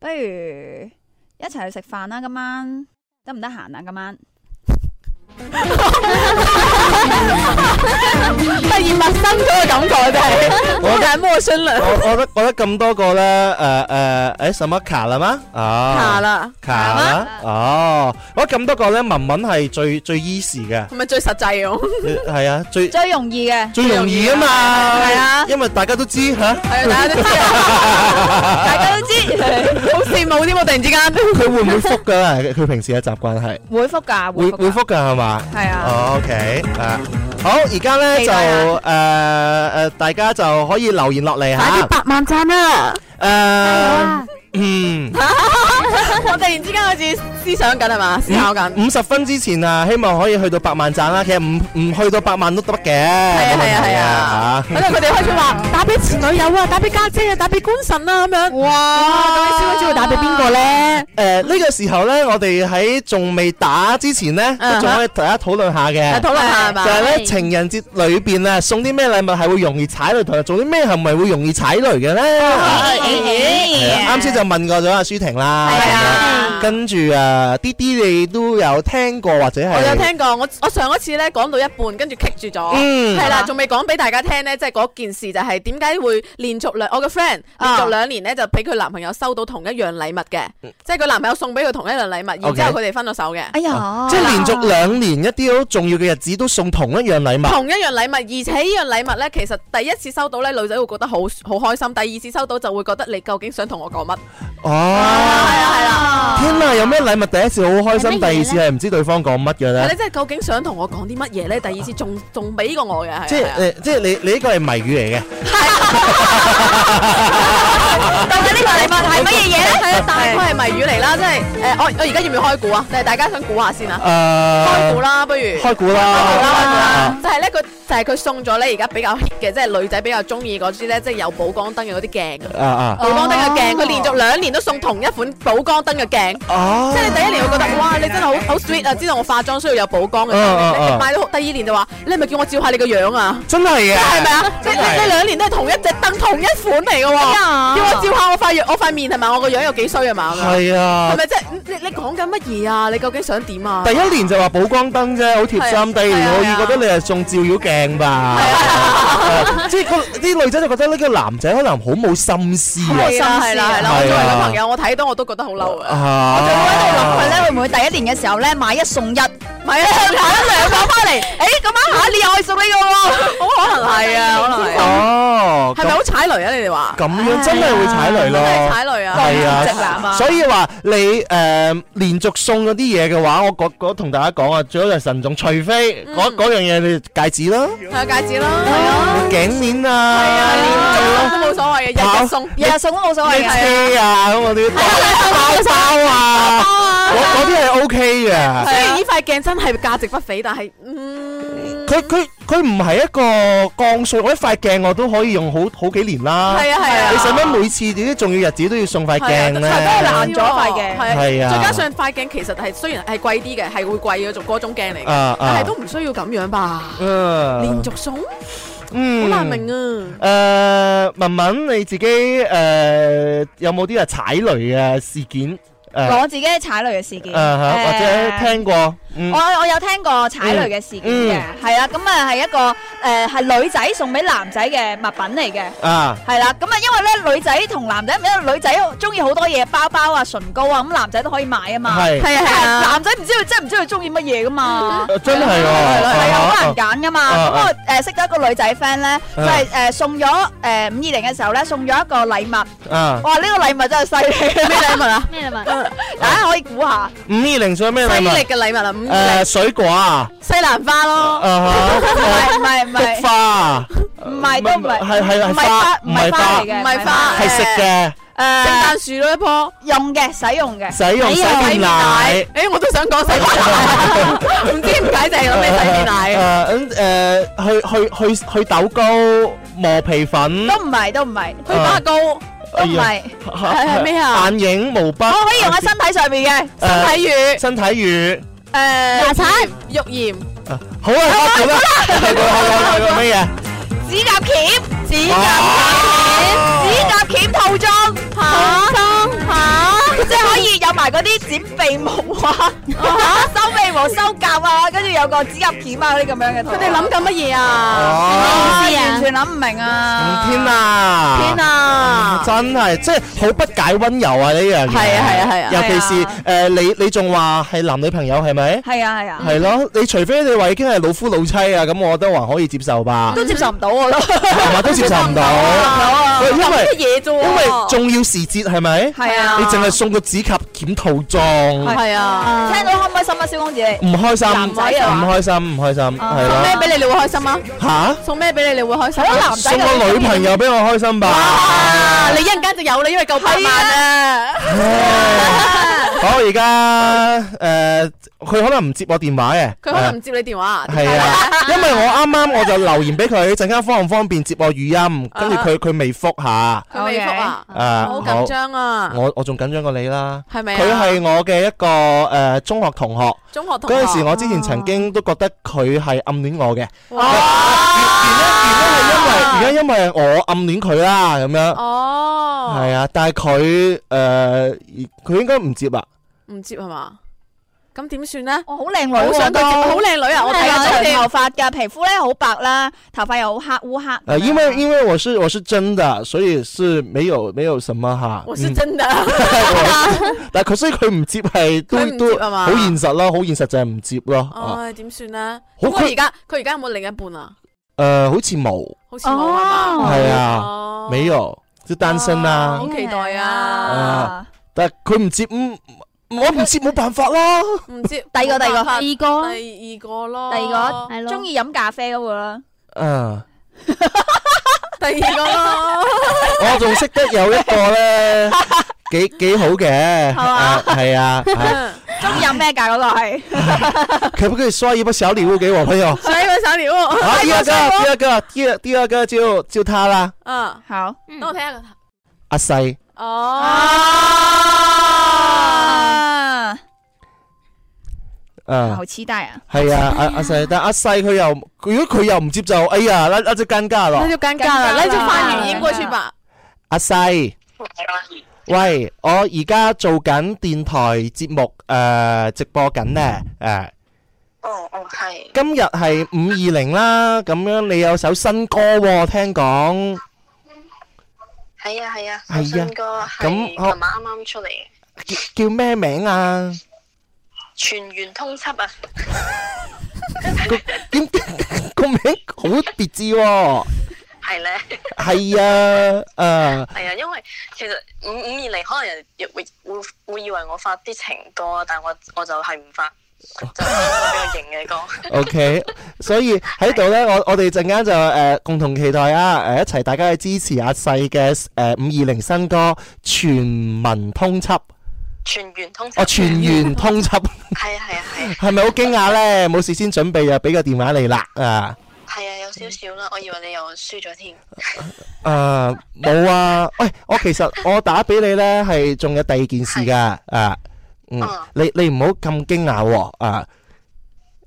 Speaker 7: 不如一齊去食飯啦，今晚得唔得閒啊？今晚
Speaker 8: 突然陌生咗嘅感覺真係， 我係陌生人。
Speaker 6: 我我覺得我覺得咁多個咧，誒誒誒什麼卡啦嗎？啊，
Speaker 8: 卡啦
Speaker 6: 卡啦，哦，我覺得咁多個咧，文文係最最 easy 嘅，
Speaker 8: 係咪最實際喎？
Speaker 6: 係啊，最
Speaker 7: 最容易嘅，
Speaker 6: 最容易啊嘛，
Speaker 7: 係啊
Speaker 6: 因為大家都知嚇。
Speaker 8: 係大家都知啊，
Speaker 7: 大家都知
Speaker 8: 好羨慕添喎！突然之間，
Speaker 6: 佢會唔會覆噶？ 佢平時嘅習慣係
Speaker 7: 回覆噶，
Speaker 6: 會
Speaker 7: 回
Speaker 6: 會
Speaker 7: 覆㗎
Speaker 6: 覆噶係嘛？
Speaker 7: 係啊
Speaker 6: 哦，OK 啊，好，而家咧
Speaker 7: 期
Speaker 6: 就
Speaker 7: 待啊
Speaker 6: 誒誒，大家就可以留言落嚟
Speaker 8: 快啲
Speaker 6: 嚇。
Speaker 8: 百萬讚啊啦！
Speaker 6: 誒，嗯，
Speaker 8: 我突然之間好似思想緊係嘛，思考緊。
Speaker 6: 五十分之前啊，希望可以去到百萬讚啦。其實唔唔去到百萬都得嘅。係
Speaker 8: 係啊係啊係啊！
Speaker 6: 嚇
Speaker 8: 喺度佢哋開始話打俾前女友啊，打俾家姐啊，打俾官神啊咁樣。哇！咁你先知會打俾邊個咧？
Speaker 6: 誒呃呢個時候咧，我哋喺仲未打之前咧，都
Speaker 8: 嗯
Speaker 6: 仲可以大家討論下嘅。
Speaker 8: 討論下係嘛
Speaker 6: 就？係咧情人節裏邊啊，送啲咩禮物係會容易踩雷，同埋做啲咩行為會容易踩雷嘅咧？係啊啱先就問過咗阿舒婷啦，
Speaker 8: 係
Speaker 6: 咁
Speaker 8: 啊
Speaker 6: 樣跟住啊啲啲你都有聽過或者係
Speaker 8: 我有聽過，我我上一次咧講到一半，跟住棘住咗。
Speaker 6: 嗯
Speaker 8: 係
Speaker 7: 係
Speaker 8: 啦，
Speaker 7: 嘛
Speaker 8: 仲未講俾大家聽咧，即係嗰件事就係點解會連續兩我嘅 friend 連
Speaker 7: 啊
Speaker 8: 續兩年咧就俾佢男朋友收到同一樣禮物嘅，即係佢男朋友送俾佢同一樣禮物，然之後佢哋分咗手嘅。
Speaker 7: 哎呀，
Speaker 6: 即係連續兩年一啲好重要嘅日子都送同一樣禮物，
Speaker 8: 同一樣禮物，而且呢樣禮物咧，其實第一次收到咧，女仔會覺得好好開心；第二次收到就會覺得你究竟想同我講乜？
Speaker 6: 哦。
Speaker 8: 係啊係啦，
Speaker 6: 天啊！有咩禮物第一次好開
Speaker 9: 有
Speaker 6: 心，第
Speaker 9: 乜嘢呢
Speaker 6: 二次係唔知對方講乜嘅
Speaker 8: 係
Speaker 6: 咧
Speaker 8: 你？真係究竟想同我講啲乜嘢咧？第二次仲仲俾過我嘅，係啊
Speaker 6: 即係
Speaker 8: 係啊
Speaker 6: 誒，即係你你呢個係謎語嚟嘅。
Speaker 7: 到底呢個禮物係乜嘢嘢咧？
Speaker 8: 係啊，大概係謎語嚟啦，即係誒，我我而家要唔要開估啊？定係大家想估下先啊？開估
Speaker 6: 誒，
Speaker 8: 啦，不如。
Speaker 6: 開估啦，
Speaker 8: 好啦好
Speaker 6: 啊
Speaker 8: 啦，就係咧，佢就係佢送咗咧，而家比較 hit 嘅，即係女仔比較中意嗰支咧，即係有補光燈嘅嗰啲鏡，
Speaker 6: 啊啊！
Speaker 8: 補光燈嘅鏡，佢連續兩年都送同一款補光燈嘅鏡。
Speaker 6: 哦
Speaker 8: 即係你第一年會覺得哇，你真係好好 sweet 啊！知道我化妝需要有補光嘅，
Speaker 6: 嗯嗯嗯
Speaker 8: 你買到第二年就話你係咪叫我照下你個樣啊？
Speaker 6: 真係嘅，
Speaker 8: 係咪啊？即係你你兩年都係同一隻燈同一款嚟嘅喎，叫我照下我塊樣我塊面係咪？我個樣有幾衰啊嘛？係
Speaker 6: 係啊，
Speaker 8: 咪即係你你你講緊乜嘢啊？你究竟想點啊
Speaker 6: 第？一年就話補光燈啫，好貼心。第二年我已覺得你係送照妖鏡吧， 即係個啲女仔就覺得呢個男仔可能好冇心思啊
Speaker 8: 係啦係啦係啦！我
Speaker 6: 係
Speaker 8: 作為
Speaker 6: 啊
Speaker 8: 個朋友，我睇到我都覺得好嬲啊！
Speaker 7: 我仲喺度諗佢
Speaker 6: 啊！
Speaker 7: 咧，會唔會第一年嘅時候咧買一送一？
Speaker 8: 唔係啊，買咗兩個翻嚟，
Speaker 7: 誒，咁啱下一年又係送呢個喎。
Speaker 8: 好可能係啊，可能係啊，
Speaker 6: 哦，
Speaker 8: 係咪好踩雷啊？你哋話
Speaker 6: 咁樣真係會踩雷咯
Speaker 8: 真，係踩雷啊！
Speaker 6: 係
Speaker 8: 直男
Speaker 6: 啊，
Speaker 8: 啊！
Speaker 6: 所以話你誒連續送嗰啲嘢嘅話，我覺覺同大家講啊，最好就慎重，除非嗰嗰樣嘢你戒指啦、
Speaker 8: 係戒指啦，係啊，
Speaker 6: 頸鏈
Speaker 8: 係啊，連
Speaker 6: 啊、
Speaker 8: 續都冇所謂嘅，日日送，
Speaker 7: 日日送都冇所謂嘅，
Speaker 6: 車啊咁嗰啲包包啊。
Speaker 8: 啊
Speaker 6: 嗰嗰啲係 OK à? 嘅，
Speaker 8: 雖然呢塊鏡真係價值不菲，但係嗯，
Speaker 6: 佢佢佢唔係一個降税，我一塊鏡我都可以用好好幾年啦。
Speaker 8: 係啊係啊，啊
Speaker 6: 你使乜每次啲重要日子都要送
Speaker 8: à,
Speaker 6: 塊鏡咧？
Speaker 7: 爛咗塊鏡
Speaker 6: 係
Speaker 8: 係
Speaker 6: 啊
Speaker 8: 啊，再加上塊鏡其實係雖然係貴啲嘅，係會貴嗰種嗰種鏡嚟
Speaker 6: 啊
Speaker 8: 嘅，但
Speaker 6: 啊
Speaker 8: 係都唔需要咁樣吧？
Speaker 6: 嗯
Speaker 8: 連續送，
Speaker 6: 嗯
Speaker 8: 好難明啊！
Speaker 6: Ờ, ờ, 誒文文你自己誒有冇啲係踩雷嘅事件？誒
Speaker 7: 講自己踩雷嘅事件，
Speaker 6: 啊哈或者
Speaker 7: 誒
Speaker 6: 聽過，嗯
Speaker 7: 我我有聽過踩雷嘅事件嘅，係啦，咁啊係一個誒係女仔送俾男仔嘅物品嚟嘅。
Speaker 6: 啊，
Speaker 7: 係啦，咁啊，因為咧女仔同男仔唔一樣，女仔中意好多嘢，包包啊、唇膏啊，咁男仔都可以買啊嘛。
Speaker 6: 係係啊係
Speaker 7: 啊，男仔唔知道真係唔知道中意乜嘢噶嘛。
Speaker 6: 誒真係喎
Speaker 7: 係啊，
Speaker 6: 啊
Speaker 7: 好難揀噶嘛。
Speaker 6: 啊
Speaker 7: 咁
Speaker 6: 啊
Speaker 7: 我誒識得一個女仔 friend 咧，就係誒送咗誒五二零嘅時候咧，送咗一個禮物。
Speaker 6: 啊
Speaker 7: 哇！呢個禮物真係犀利。
Speaker 8: 咩禮 物啊？
Speaker 9: 咩禮
Speaker 7: 物？大家可以估下。
Speaker 6: 五二零送咩禮
Speaker 8: 犀利
Speaker 6: 物？
Speaker 8: 嘅禮物啦，五
Speaker 6: 誒，水果啊，
Speaker 8: 西蘭花咯，
Speaker 6: 啊
Speaker 7: 唔係唔係唔
Speaker 6: 哈，菊花啊，
Speaker 7: 係唔係都唔係，
Speaker 6: 係係係
Speaker 7: 唔係花
Speaker 6: 花，
Speaker 7: 唔係花嚟嘅，
Speaker 8: 唔係花
Speaker 6: 係食嘅，
Speaker 7: 誒
Speaker 8: 聖誕樹咯一棵。
Speaker 7: 用嘅使用嘅。
Speaker 6: 使用洗面奶。
Speaker 8: 誒，我都想講洗面奶，唔知點解就係諗起洗面奶啊。
Speaker 6: 誒咁誒，去去去去豆糕磨皮粉，
Speaker 7: 都唔係，都唔係，
Speaker 6: Ờ,
Speaker 8: 去打高，
Speaker 7: 都唔係，
Speaker 8: 係咩啊
Speaker 6: 眼影毛筆，
Speaker 7: 我可以用喺身體上面嘅。
Speaker 6: 誒
Speaker 8: 睇魚，
Speaker 6: 身體乳。
Speaker 7: 誒，
Speaker 9: 產
Speaker 8: 肉鹽，
Speaker 6: 好啊，好啦，係個係個係個咩嘢？
Speaker 7: 指甲鉗，指甲
Speaker 6: 哦
Speaker 7: 鉗，指甲鉗套裝，套裝嚇，即係可以有埋嗰啲剪鼻毛啊，嚇收鼻毛、收甲啊，跟住有個指甲鉗啊嗰啲咁樣嘅套裝。
Speaker 8: 佢哋諗緊乜嘢啊？
Speaker 6: 哦，
Speaker 7: 啊，完全諗唔明啊！
Speaker 6: 天啊！
Speaker 8: 天啊！
Speaker 6: 真係，即係好不解温柔啊！呢樣嘢
Speaker 8: 係啊係啊係啊
Speaker 6: 尤其是
Speaker 7: 係啊
Speaker 6: 誒，你你仲話係男女朋友係咪？
Speaker 7: 係啊係啊，
Speaker 6: 係咯，你除非你話已經係老夫老妻啊，咁我都還可以接受吧。
Speaker 7: 都接受唔到我都。
Speaker 6: 係咪都接受唔到？喂因為
Speaker 8: 嘢啫喎
Speaker 6: 因為重要時節係咪？
Speaker 7: 係啊
Speaker 6: 你淨係送個指甲鉗套裝，
Speaker 8: 係啊，
Speaker 7: 聽到開唔開心啊，蕭公子你？
Speaker 6: 唔開心，
Speaker 7: 男
Speaker 6: 唔
Speaker 7: 仔啊
Speaker 6: 開心，唔開心，係咯
Speaker 8: 送咩俾你你會開心啊？
Speaker 6: 吓？
Speaker 8: 送咩俾你你會開心？
Speaker 7: 好男仔
Speaker 6: 送個女朋友俾我開心吧。
Speaker 8: 啊！你一陣間就有啦，因為夠百萬啊！
Speaker 6: 好，而家誒，佢可能唔接我電話嘅，
Speaker 8: 佢可能唔接你電話啊，
Speaker 6: 係啊，因為我啱啱我就留言俾佢，陣間方唔方便接我語音，跟住佢佢未復下，
Speaker 8: 佢未覆啊，
Speaker 6: 誒，
Speaker 8: 好緊張啊！
Speaker 6: 我我仲緊張過你啦，
Speaker 8: 係咪啊
Speaker 6: 佢係我嘅一個誒中學同學。
Speaker 8: 中學同學
Speaker 6: 嗰陣時，我之前曾經都覺得佢係暗戀我嘅。 原因係
Speaker 8: 哇！
Speaker 6: 因為而家因為我暗戀佢啦，咁樣
Speaker 8: 啊哦，
Speaker 6: 係啊。但係佢誒，佢應該唔接啦。
Speaker 8: 唔接係嘛？咁點算咧？
Speaker 7: 我好靚女
Speaker 8: 好
Speaker 7: 喎，
Speaker 8: 想佢接，好
Speaker 7: 都
Speaker 8: 靚女啊！我睇
Speaker 7: 係啊，
Speaker 8: 下
Speaker 7: 長頭髮㗎，皮膚咧好白啦，頭髮又好黑烏黑。
Speaker 6: 誒，呃因
Speaker 8: 啊
Speaker 6: 為因為我是我是真的，所以是沒有沒有什麼哈。
Speaker 8: 我是
Speaker 6: 嗯
Speaker 8: 真的，
Speaker 6: 但係佢所以佢唔接係
Speaker 8: 佢
Speaker 6: 都
Speaker 8: 唔接
Speaker 6: 都
Speaker 8: 啊嘛哦
Speaker 6: 好現實啦，好現實就係唔接咯。啊
Speaker 8: 唉，點算咧？
Speaker 6: 好
Speaker 8: 咁佢而家佢而家有冇另一半啊？
Speaker 6: 誒，呃好似冇，
Speaker 8: 好似冇啊嘛，
Speaker 6: 係啊，
Speaker 8: 哦
Speaker 6: 沒有，就單身啦
Speaker 8: 好。期待啊！
Speaker 6: 啊！但係佢唔接，嗯，我唔接冇辦法 啦。
Speaker 8: 唔知
Speaker 7: 第二個第二個
Speaker 8: 冇辦法
Speaker 9: 第二個
Speaker 8: 第二個咯，
Speaker 7: 第二
Speaker 9: 係
Speaker 7: 個
Speaker 9: 咯
Speaker 7: 中意飲咖啡嗰個啦，
Speaker 6: 啊。
Speaker 8: 個第二個咯，
Speaker 6: 我仲識得有一個咧，幾幾好嘅，啊係啊，啊
Speaker 7: 中意飲咩㗎嗰個係？
Speaker 6: 可不可以刷一波小禮物給我朋友？
Speaker 8: 所以個小禮物，
Speaker 6: 好，第二個，第二個，第二第二個就就他啦，
Speaker 8: 嗯，
Speaker 7: 好，
Speaker 8: 等我睇下個頭
Speaker 6: 阿細，啊
Speaker 7: 啊，
Speaker 8: 哦，
Speaker 6: 嗯
Speaker 7: 好，期待啊！
Speaker 6: 係啊，阿阿細，但阿細佢又，如果佢又唔接就，哎呀，那那就尷尬
Speaker 8: 那
Speaker 6: 咯。
Speaker 8: 就尷尬啊了，那就發語音過去吧。
Speaker 6: 阿細，喂，我而家做緊電台節目，誒，直播緊呢，誒。
Speaker 13: 嗯哦哦，係
Speaker 6: 今日係五二零啦，咁樣你有首新歌喎，聽講
Speaker 13: 係啊係啊，
Speaker 6: 係啊
Speaker 13: 首新歌
Speaker 6: 咁
Speaker 13: 係琴
Speaker 6: 我
Speaker 13: 晚啱啱出嚟嘅，
Speaker 6: 叫叫咩名啊？
Speaker 13: 全員通緝啊！
Speaker 6: 點 個名好別致喎，
Speaker 13: 係咧，
Speaker 6: 係啊，誒、
Speaker 13: 係啊，因為其實五五二零可能人亦會會會以為我發啲情歌啊，但我我就係唔發，
Speaker 6: 哦
Speaker 13: 就發一首比較型嘅歌。
Speaker 6: o k 所以喺度呢，我我哋陣間就誒、呃共同期待啊，誒、一齊大家去支持阿細嘅誒五二零新歌《全民通緝》，
Speaker 13: 全員通緝。
Speaker 6: 哦，全員通緝，
Speaker 13: 係啊係啊係啊
Speaker 6: 係咪好驚訝呢？冇事先準備啊，俾個電話你啦，啊！
Speaker 13: 係啊，有少少啦，我以為你又輸咗添。
Speaker 6: 誒，呃冇啊！喂，我其實我打俾你呢，係仲有第二件事噶，誒，嗯
Speaker 13: 嗯，
Speaker 6: 你你唔好咁驚訝喎，啊，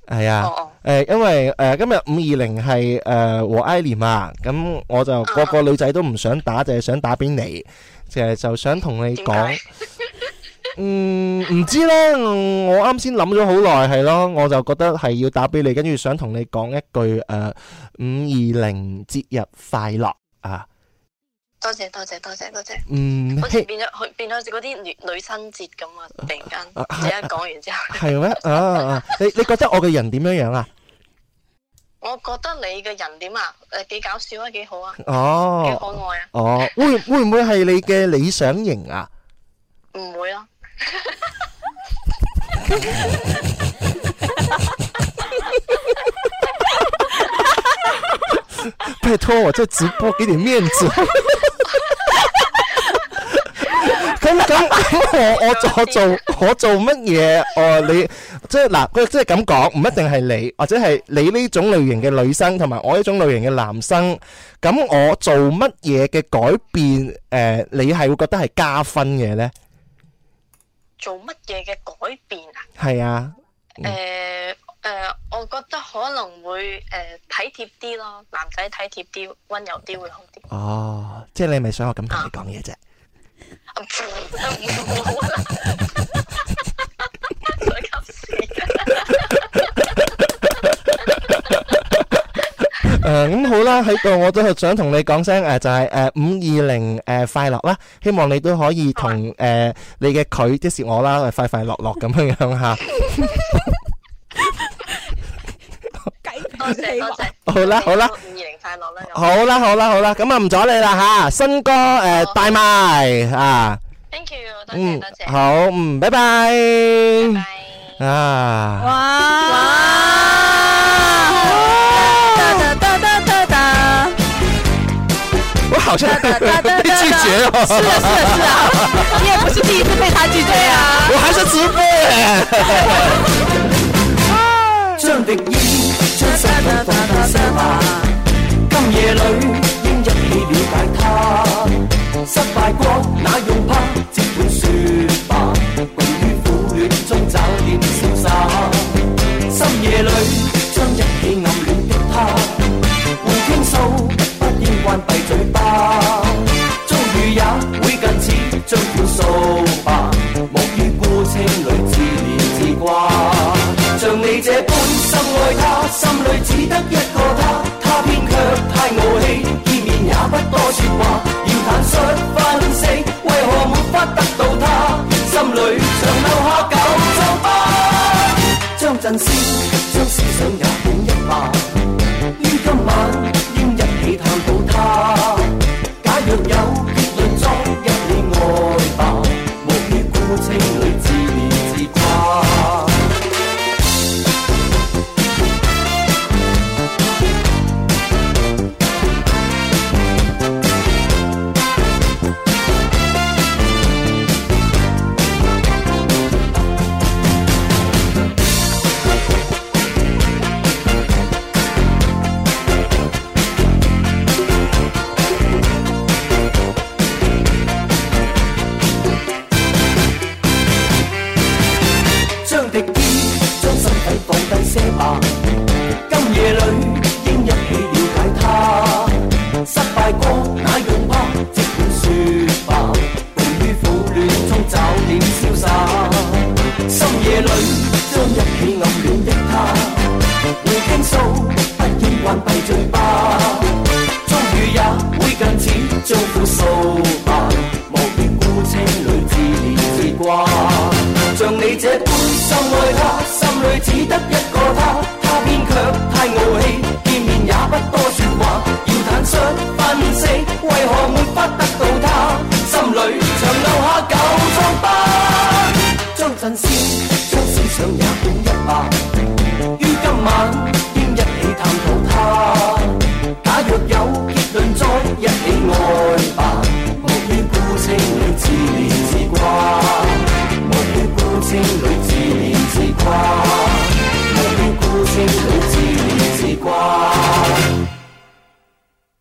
Speaker 6: 係啊
Speaker 13: 哦，
Speaker 6: 誒，因為誒今日五二零係誒和哀年嘛，咁我就
Speaker 13: 啊
Speaker 6: 個個女仔都唔想打，就係想打俾你，就係就想同你
Speaker 13: 點
Speaker 6: 講
Speaker 13: 解，
Speaker 6: 嗯，唔知呢，嗯我啱先諗咗好耐，係咯，我就覺得係要打俾你，跟住想同你講一句诶，五二零節日快樂啊！
Speaker 13: 多謝多謝多謝多謝，
Speaker 6: 嗯
Speaker 13: 好似變咗佢變咗嗰啲女女生節咁啊！突然間，
Speaker 6: 啊
Speaker 13: 突然間講完之後，
Speaker 6: 係咩？啊啊！你你觉得我嘅人點樣樣啊？
Speaker 13: 我覺得你嘅人點啊？誒幾搞笑啊，幾好啊，幾可
Speaker 6: 哦，
Speaker 13: 愛啊，
Speaker 6: 哦，會会唔會係你嘅理想型啊？
Speaker 13: 唔會啊，
Speaker 6: 拜托，我在直播，给点面子。 咁咁咁，我我做我做我做乜嘢？哦，你即係嗱，佢即係咁講，唔一定係你，或者係你呢種類型嘅女生，同埋我呢種類型嘅男生。咁我做乜嘢嘅改變？誒、你係會覺得係加分嘅呢？
Speaker 13: 做乜嘢嘅改變啊？
Speaker 6: 係啊，
Speaker 13: 誒誒、我覺得可能會誒、體貼啲咯，男仔體貼啲，温柔啲會好啲。
Speaker 6: 哦，即係你係咪想我咁同你講嘢啫？
Speaker 13: 啊唔好啦，想急屎啊！
Speaker 6: 誒呃咁好啦，喺度我都係想同你講聲呃誒，就係誒五二零誒快樂啦，希望你都可以
Speaker 5: 啊
Speaker 6: 同誒你嘅佢，即是我啦，快快樂樂咁樣 樣嚇。
Speaker 13: 多謝多謝，
Speaker 6: 好啦好啦，
Speaker 13: 五二零快樂啦！
Speaker 6: 好啦好啦好啦，咁啊唔阻你啦嚇，新歌誒帶埋啊。
Speaker 13: Thank you，多
Speaker 6: 嗯，好，嗯，拜拜。啊。我好像 被拒绝了。
Speaker 5: 是的是的是啊你也不是第一次被他拒绝啊
Speaker 6: 我还是直播哎。
Speaker 4: 將敵意將身份放低些吧。今夜裏應一起了解他，失敗過哪用怕？只管説吧，共於苦戀中找點瀟灑。深夜裏將一起暗戀的他，互傾訴，不應關閉嘴巴。遭遇也會近似，將款掃吧，莫於孤清裏自憐自掛。像你這般深愛他，心裏只得一個他，他偏卻太傲氣，見面也不多説話，要坦率反省，為何沒法得到他，心裏長留下舊皺疤。將陣先，將思想也管一把，於今晚應一起探討他。假若有結論作一起愛吧，無於孤清裏自憐自掛。將敵意，將身體放低些吧。今夜裏應一起了解他，失敗過哪用怕？即管説吧，伴於苦戀中找點瀟灑。深夜裏將一起暗戀的他，互傾訴，不應關閉嘴巴。遭遇也會近似，將苦訴吧，無緣孤清裏自憐自掛。像你這般深愛他，心裏只得一個他，他偏卻太傲氣，見面也不多説話，要坦率分析，為何沒法得到他，心裏長留下舊瘡疤。將陣先，將思想也管一把，於今晚應一起探討他。假若有結論，再一起愛吧，無於孤清裏自憐自掛。無於孤清裏自憐自掛。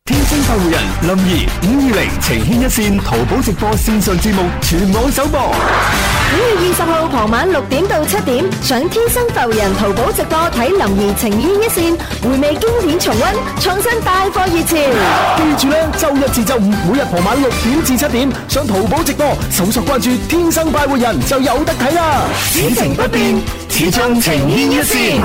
Speaker 2: 星快活人林怡五二零晴牵一线淘宝直播线上节目全网首播。
Speaker 3: 五月二十号傍晚六點到七點，上天生浮人淘寶直播睇林怡情牽一線，回味經典重温，創新帶貨熱潮。
Speaker 10: 記住咧，周一至周五每日傍晚六點至七點上淘寶直播，搜索關注天生快活人就有得睇啦。
Speaker 2: 此情不變，始終情牽一線。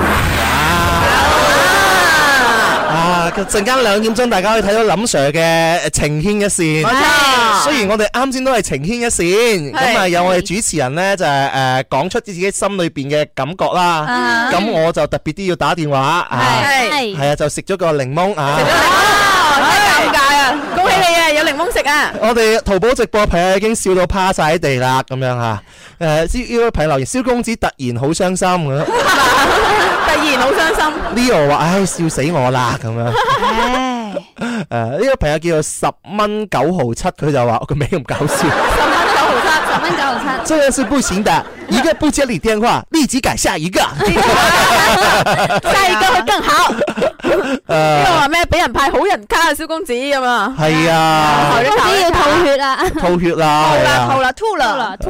Speaker 6: 啊！陣間兩點鐘，大家可以睇到林 Sir 嘅呃情牽一線。
Speaker 7: 冇錯
Speaker 6: 雖然我哋啱先都係情牽一線，
Speaker 7: 係
Speaker 6: 咁啊有我哋主持人呢，就係誒講出自己心裏邊嘅感覺啦。
Speaker 7: 啊
Speaker 6: 咁我就特別啲要打電話啊，
Speaker 8: 係
Speaker 6: 係啊，就食咗個檸檬啊。
Speaker 8: 尷尬啊！恭喜你啊，有檸檬食啊！
Speaker 6: 我哋淘寶直播朋友已經笑到趴晒喺地啦，咁樣嚇。誒，蕭呢位朋友留言，蕭公子突然好傷心咁樣。
Speaker 8: 突然好傷心。
Speaker 6: Leo 話：唉，笑死我啦咁樣。
Speaker 7: 哎
Speaker 6: 誒，呃呢個朋友叫做十蚊九毫七，佢就話我個名咁搞笑。
Speaker 9: 十蚊九毫七。
Speaker 6: 這樣是不行的，一個不接你電話，立即改下一 個。
Speaker 8: 下一個會更好。呢個話咩？俾人派好人卡啊，蕭公子咁啊！
Speaker 6: 係啊，
Speaker 8: 公子要吐血啦！
Speaker 6: 吐血啦，係啊
Speaker 8: 啦，吐啦，吐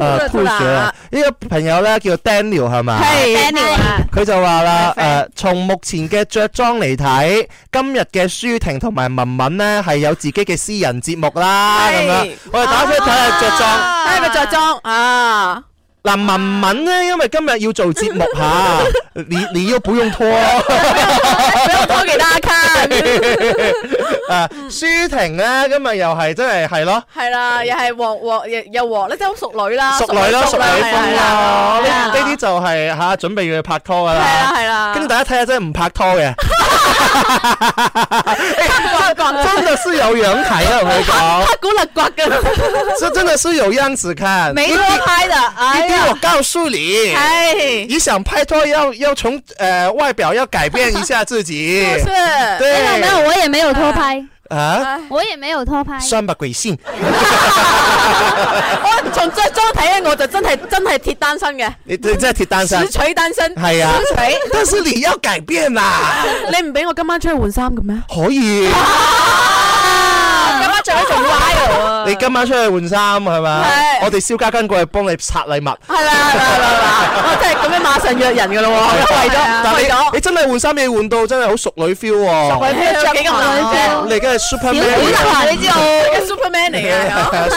Speaker 6: 誒
Speaker 8: 啦，
Speaker 6: 吐血啊！呢個朋友咧叫 Daniel 係嘛？
Speaker 8: 係
Speaker 7: 哎
Speaker 8: Daniel 啊
Speaker 6: 佢就話啦，誒，從目前嘅着裝嚟睇，今日嘅舒婷同埋文文呢係有自己嘅私人節目啦，咁樣。我哋打出去睇下着裝，
Speaker 8: 睇下佢着裝啊！
Speaker 6: 嗱，文文呢，因為今日要做節目吓，你你要不用拖。
Speaker 8: 不要拖其他卡。
Speaker 6: 啊，舒婷咧今日又係真係係咯。
Speaker 8: 係啦，又係黃黃又又黃咧，即係好淑啊女啦，
Speaker 6: 熟女啦，熟女
Speaker 8: 係
Speaker 6: 風
Speaker 8: 啊
Speaker 6: 啦，呢呢啲就係吓準備要去拍拖噶啦。係啦，
Speaker 8: 係啦。
Speaker 6: 跟住大家睇下真係唔拍拖嘅，真的是有樣睇啊！我同你講，
Speaker 8: 黑古勒骨嘅，
Speaker 6: 是真的是有樣子看。
Speaker 8: 沒
Speaker 6: 一
Speaker 8: 拖
Speaker 6: 定
Speaker 8: 拍的，哎
Speaker 6: 一定我
Speaker 8: 呀，
Speaker 6: 告訴你，
Speaker 8: 哎
Speaker 6: 你想拍拖要要從呃外表要改變一下自己，
Speaker 9: 是没有没有，
Speaker 6: 對
Speaker 9: 我也没有偷拍，
Speaker 6: 啊，
Speaker 9: 我哎也没有偷拍。
Speaker 6: 算吧，鬼信。
Speaker 8: 我從着裝睇咧，我就真係真係鐵單身嘅，
Speaker 6: 你你真係鐵單身
Speaker 8: 實取單身，
Speaker 6: 係啊
Speaker 8: 實取。
Speaker 6: 但是你要改變 啦，
Speaker 8: 你唔俾我今晚出去換衫嘅咩？
Speaker 6: 可以。
Speaker 8: 今晚着得仲歪喎，
Speaker 6: 你今晚出去換衫係嘛？我哋蕭家根過去幫你拆禮 物。
Speaker 8: 係啦係啦係啦係啦，我真係咁樣馬上約人嘅咯喎，為
Speaker 6: 但
Speaker 8: 咗為
Speaker 6: 係
Speaker 8: 咗
Speaker 6: 你你真係換衫，你換到真係好淑女 feel 喎。
Speaker 8: 着幾咁難
Speaker 6: 你而家係 Super Man，
Speaker 7: 款啊
Speaker 8: 你知我 Superman à, 嚟 嘅，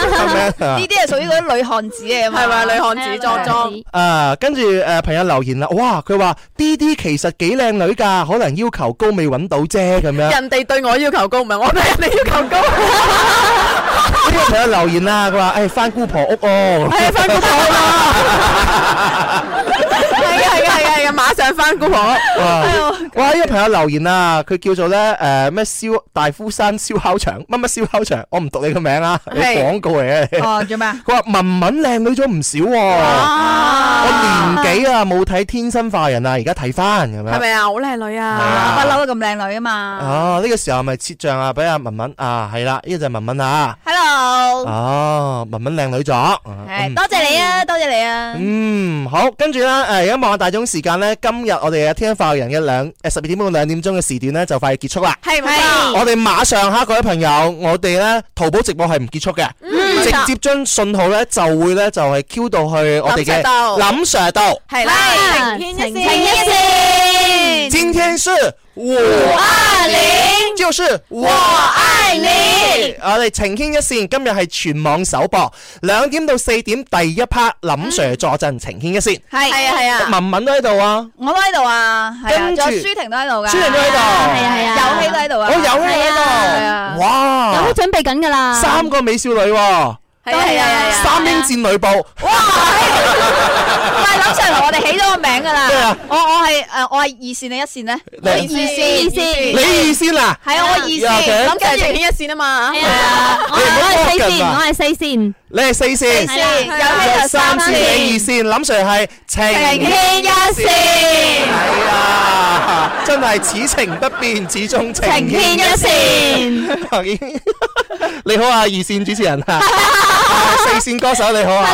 Speaker 6: Superman 啊
Speaker 7: 呢啲係屬於嗰啲女漢子嚟嘅嘛，
Speaker 8: 係咪女漢子裝裝
Speaker 6: 啊，跟住誒朋友留言啦，哇！佢話 D D 其實幾靚女㗎，可能要求高未揾到啫咁樣。
Speaker 8: 人哋對我要求高，唔係我對人哋要求高。
Speaker 6: 呢個朋友留言啦，佢話誒翻姑婆屋哦，
Speaker 8: 係啊，翻姑婆啦！係啊係啊係啊係啊，馬上翻姑婆。
Speaker 6: 哇
Speaker 8: 哎呦！
Speaker 6: 哇！呢個朋友留言啊，佢叫做咧誒咩燒大夫山燒烤場乜乜燒烤場，我唔讀你個名啊，你
Speaker 7: 係
Speaker 6: 廣告嚟嘅。
Speaker 7: 哦，啊做咩啊？
Speaker 6: 佢話文文靚女咗唔少喎、我年紀啊冇睇《天生化人》啊，而家睇翻咁
Speaker 8: 係
Speaker 6: 樣。
Speaker 8: 咪啊？好靚女啊！
Speaker 7: 不嬲都咁靚女啊嘛
Speaker 6: 哦，呢、個時候咪切像啊，俾阿文文啊，係啦，呢、個就係文文啊。
Speaker 7: ！Hello，
Speaker 6: 哦，文文靚女咗。啊
Speaker 7: 嗯係多謝你啊，多謝你啊！
Speaker 6: 嗯，好，跟住咧，誒而家望下大鐘時間咧，今日我哋嘅《天生化人》嘅兩誒十二點半到兩點鐘嘅時段咧，就快要結束啦。
Speaker 8: 係咪啊？
Speaker 6: 我哋馬上嚇各位朋友，我哋咧淘寶直播係唔結束嘅，直接將信號咧就會咧就係 Q 到去我哋
Speaker 8: 林 Sir 度
Speaker 6: 嘅林 Sir 度。
Speaker 8: 係啦，晴天一線，
Speaker 7: 嗯
Speaker 6: 今天是五二零，就是我愛你。我哋晴天一線今日係全網首播，兩點到四點第一 part 林 Sir 坐陣晴天一線，
Speaker 7: 係
Speaker 8: 係啊係啊，
Speaker 6: 文文都喺度啊，
Speaker 7: 我都喺度啊，係啊，
Speaker 6: 跟住
Speaker 7: 仲有舒婷都喺度噶，
Speaker 6: 朱人都喺度，哦
Speaker 9: 啊系啊，
Speaker 7: 有希都喺度啊，
Speaker 6: 我哦有你喺
Speaker 7: 係
Speaker 6: 度，
Speaker 7: 啊
Speaker 9: 有
Speaker 6: 哇
Speaker 9: 都，準備緊㗎啦。
Speaker 6: 三個美少女喎，
Speaker 8: 係啊係啊係啊，
Speaker 6: 三英戰呂布。
Speaker 7: 啊但係諗上嚟，我哋起咗個名
Speaker 6: 咩啊
Speaker 7: 噶啦。我我係誒，我係二線定一線咧？
Speaker 6: 你
Speaker 7: 二線，二線
Speaker 6: 你先啦，
Speaker 7: 係啊，我二
Speaker 6: 又請
Speaker 7: 線。
Speaker 8: 咁
Speaker 7: 咁
Speaker 8: 就
Speaker 7: 跟
Speaker 8: 係晴
Speaker 7: 住
Speaker 8: 天一線啊嘛。
Speaker 9: 係啊，我
Speaker 6: 你唔好
Speaker 9: 係四
Speaker 6: 多近啊
Speaker 9: 線，我係四線。
Speaker 6: 你係四線，
Speaker 7: 四線
Speaker 9: 係
Speaker 7: 有希
Speaker 6: 三
Speaker 7: 就三
Speaker 6: 線，你二
Speaker 7: 線。
Speaker 6: 線，林 Sir 係晴
Speaker 7: 天一線，
Speaker 6: 係啊，真係此情不變，始終情牽一線。你好啊，二線主持人啊，啊四線歌手你好啊，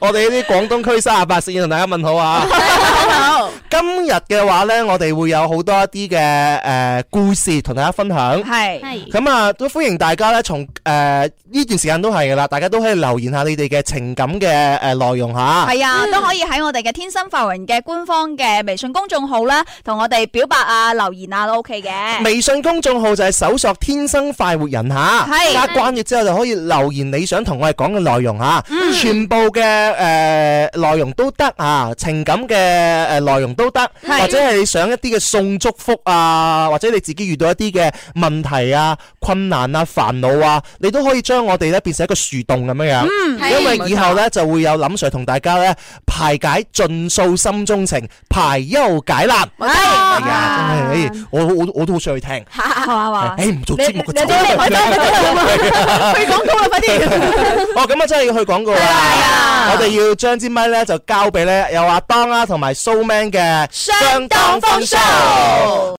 Speaker 6: 我哋呢啲廣東區三十八線同大家問好啊。
Speaker 8: 好，
Speaker 6: 今日嘅話呢，我哋會有好多一啲嘅誒故事同大家分享。
Speaker 7: 係
Speaker 9: 係
Speaker 6: 咁啊，都歡迎大家呢，從誒呃呢段時間都係噶啦，大家都可以留言下你哋嘅情感嘅誒內容嚇。
Speaker 7: 系啊，都可以喺我哋嘅天生浮人嘅官方嘅微信公众号啦，同我哋表白啊、留言啊都 OK 嘅。
Speaker 6: 微信公眾號就係搜索天生快活人吓，
Speaker 7: 係
Speaker 6: 加 關注之後就可以留言你想同我哋講嘅內容吓，
Speaker 7: 嗯
Speaker 6: 全部嘅诶内容都得啊，情感嘅诶内容都得，
Speaker 7: 係
Speaker 6: 或者係你想一啲嘅送祝福啊，或者你自己遇到一啲嘅問題啊、困難啊、煩惱啊，你都可以將我哋咧變成一個樹洞咁樣樣，
Speaker 7: 嗯係
Speaker 6: 因為以後咧就會有林 Sir 同大家咧排解盡訴心中情，排憂解難。
Speaker 7: 係
Speaker 6: 係啊，真係唉我我我都好想去聽。哎
Speaker 7: 係嘛係嘛
Speaker 6: 唉，唔做節目嘅
Speaker 7: 你你你我真係去廣告啦快啲！
Speaker 6: 哦，咁啊，真係要啊去廣告啦！我哋要將支咪咧啊就交俾咧有阿當啦，同埋 So Man 嘅
Speaker 7: 相當風騷。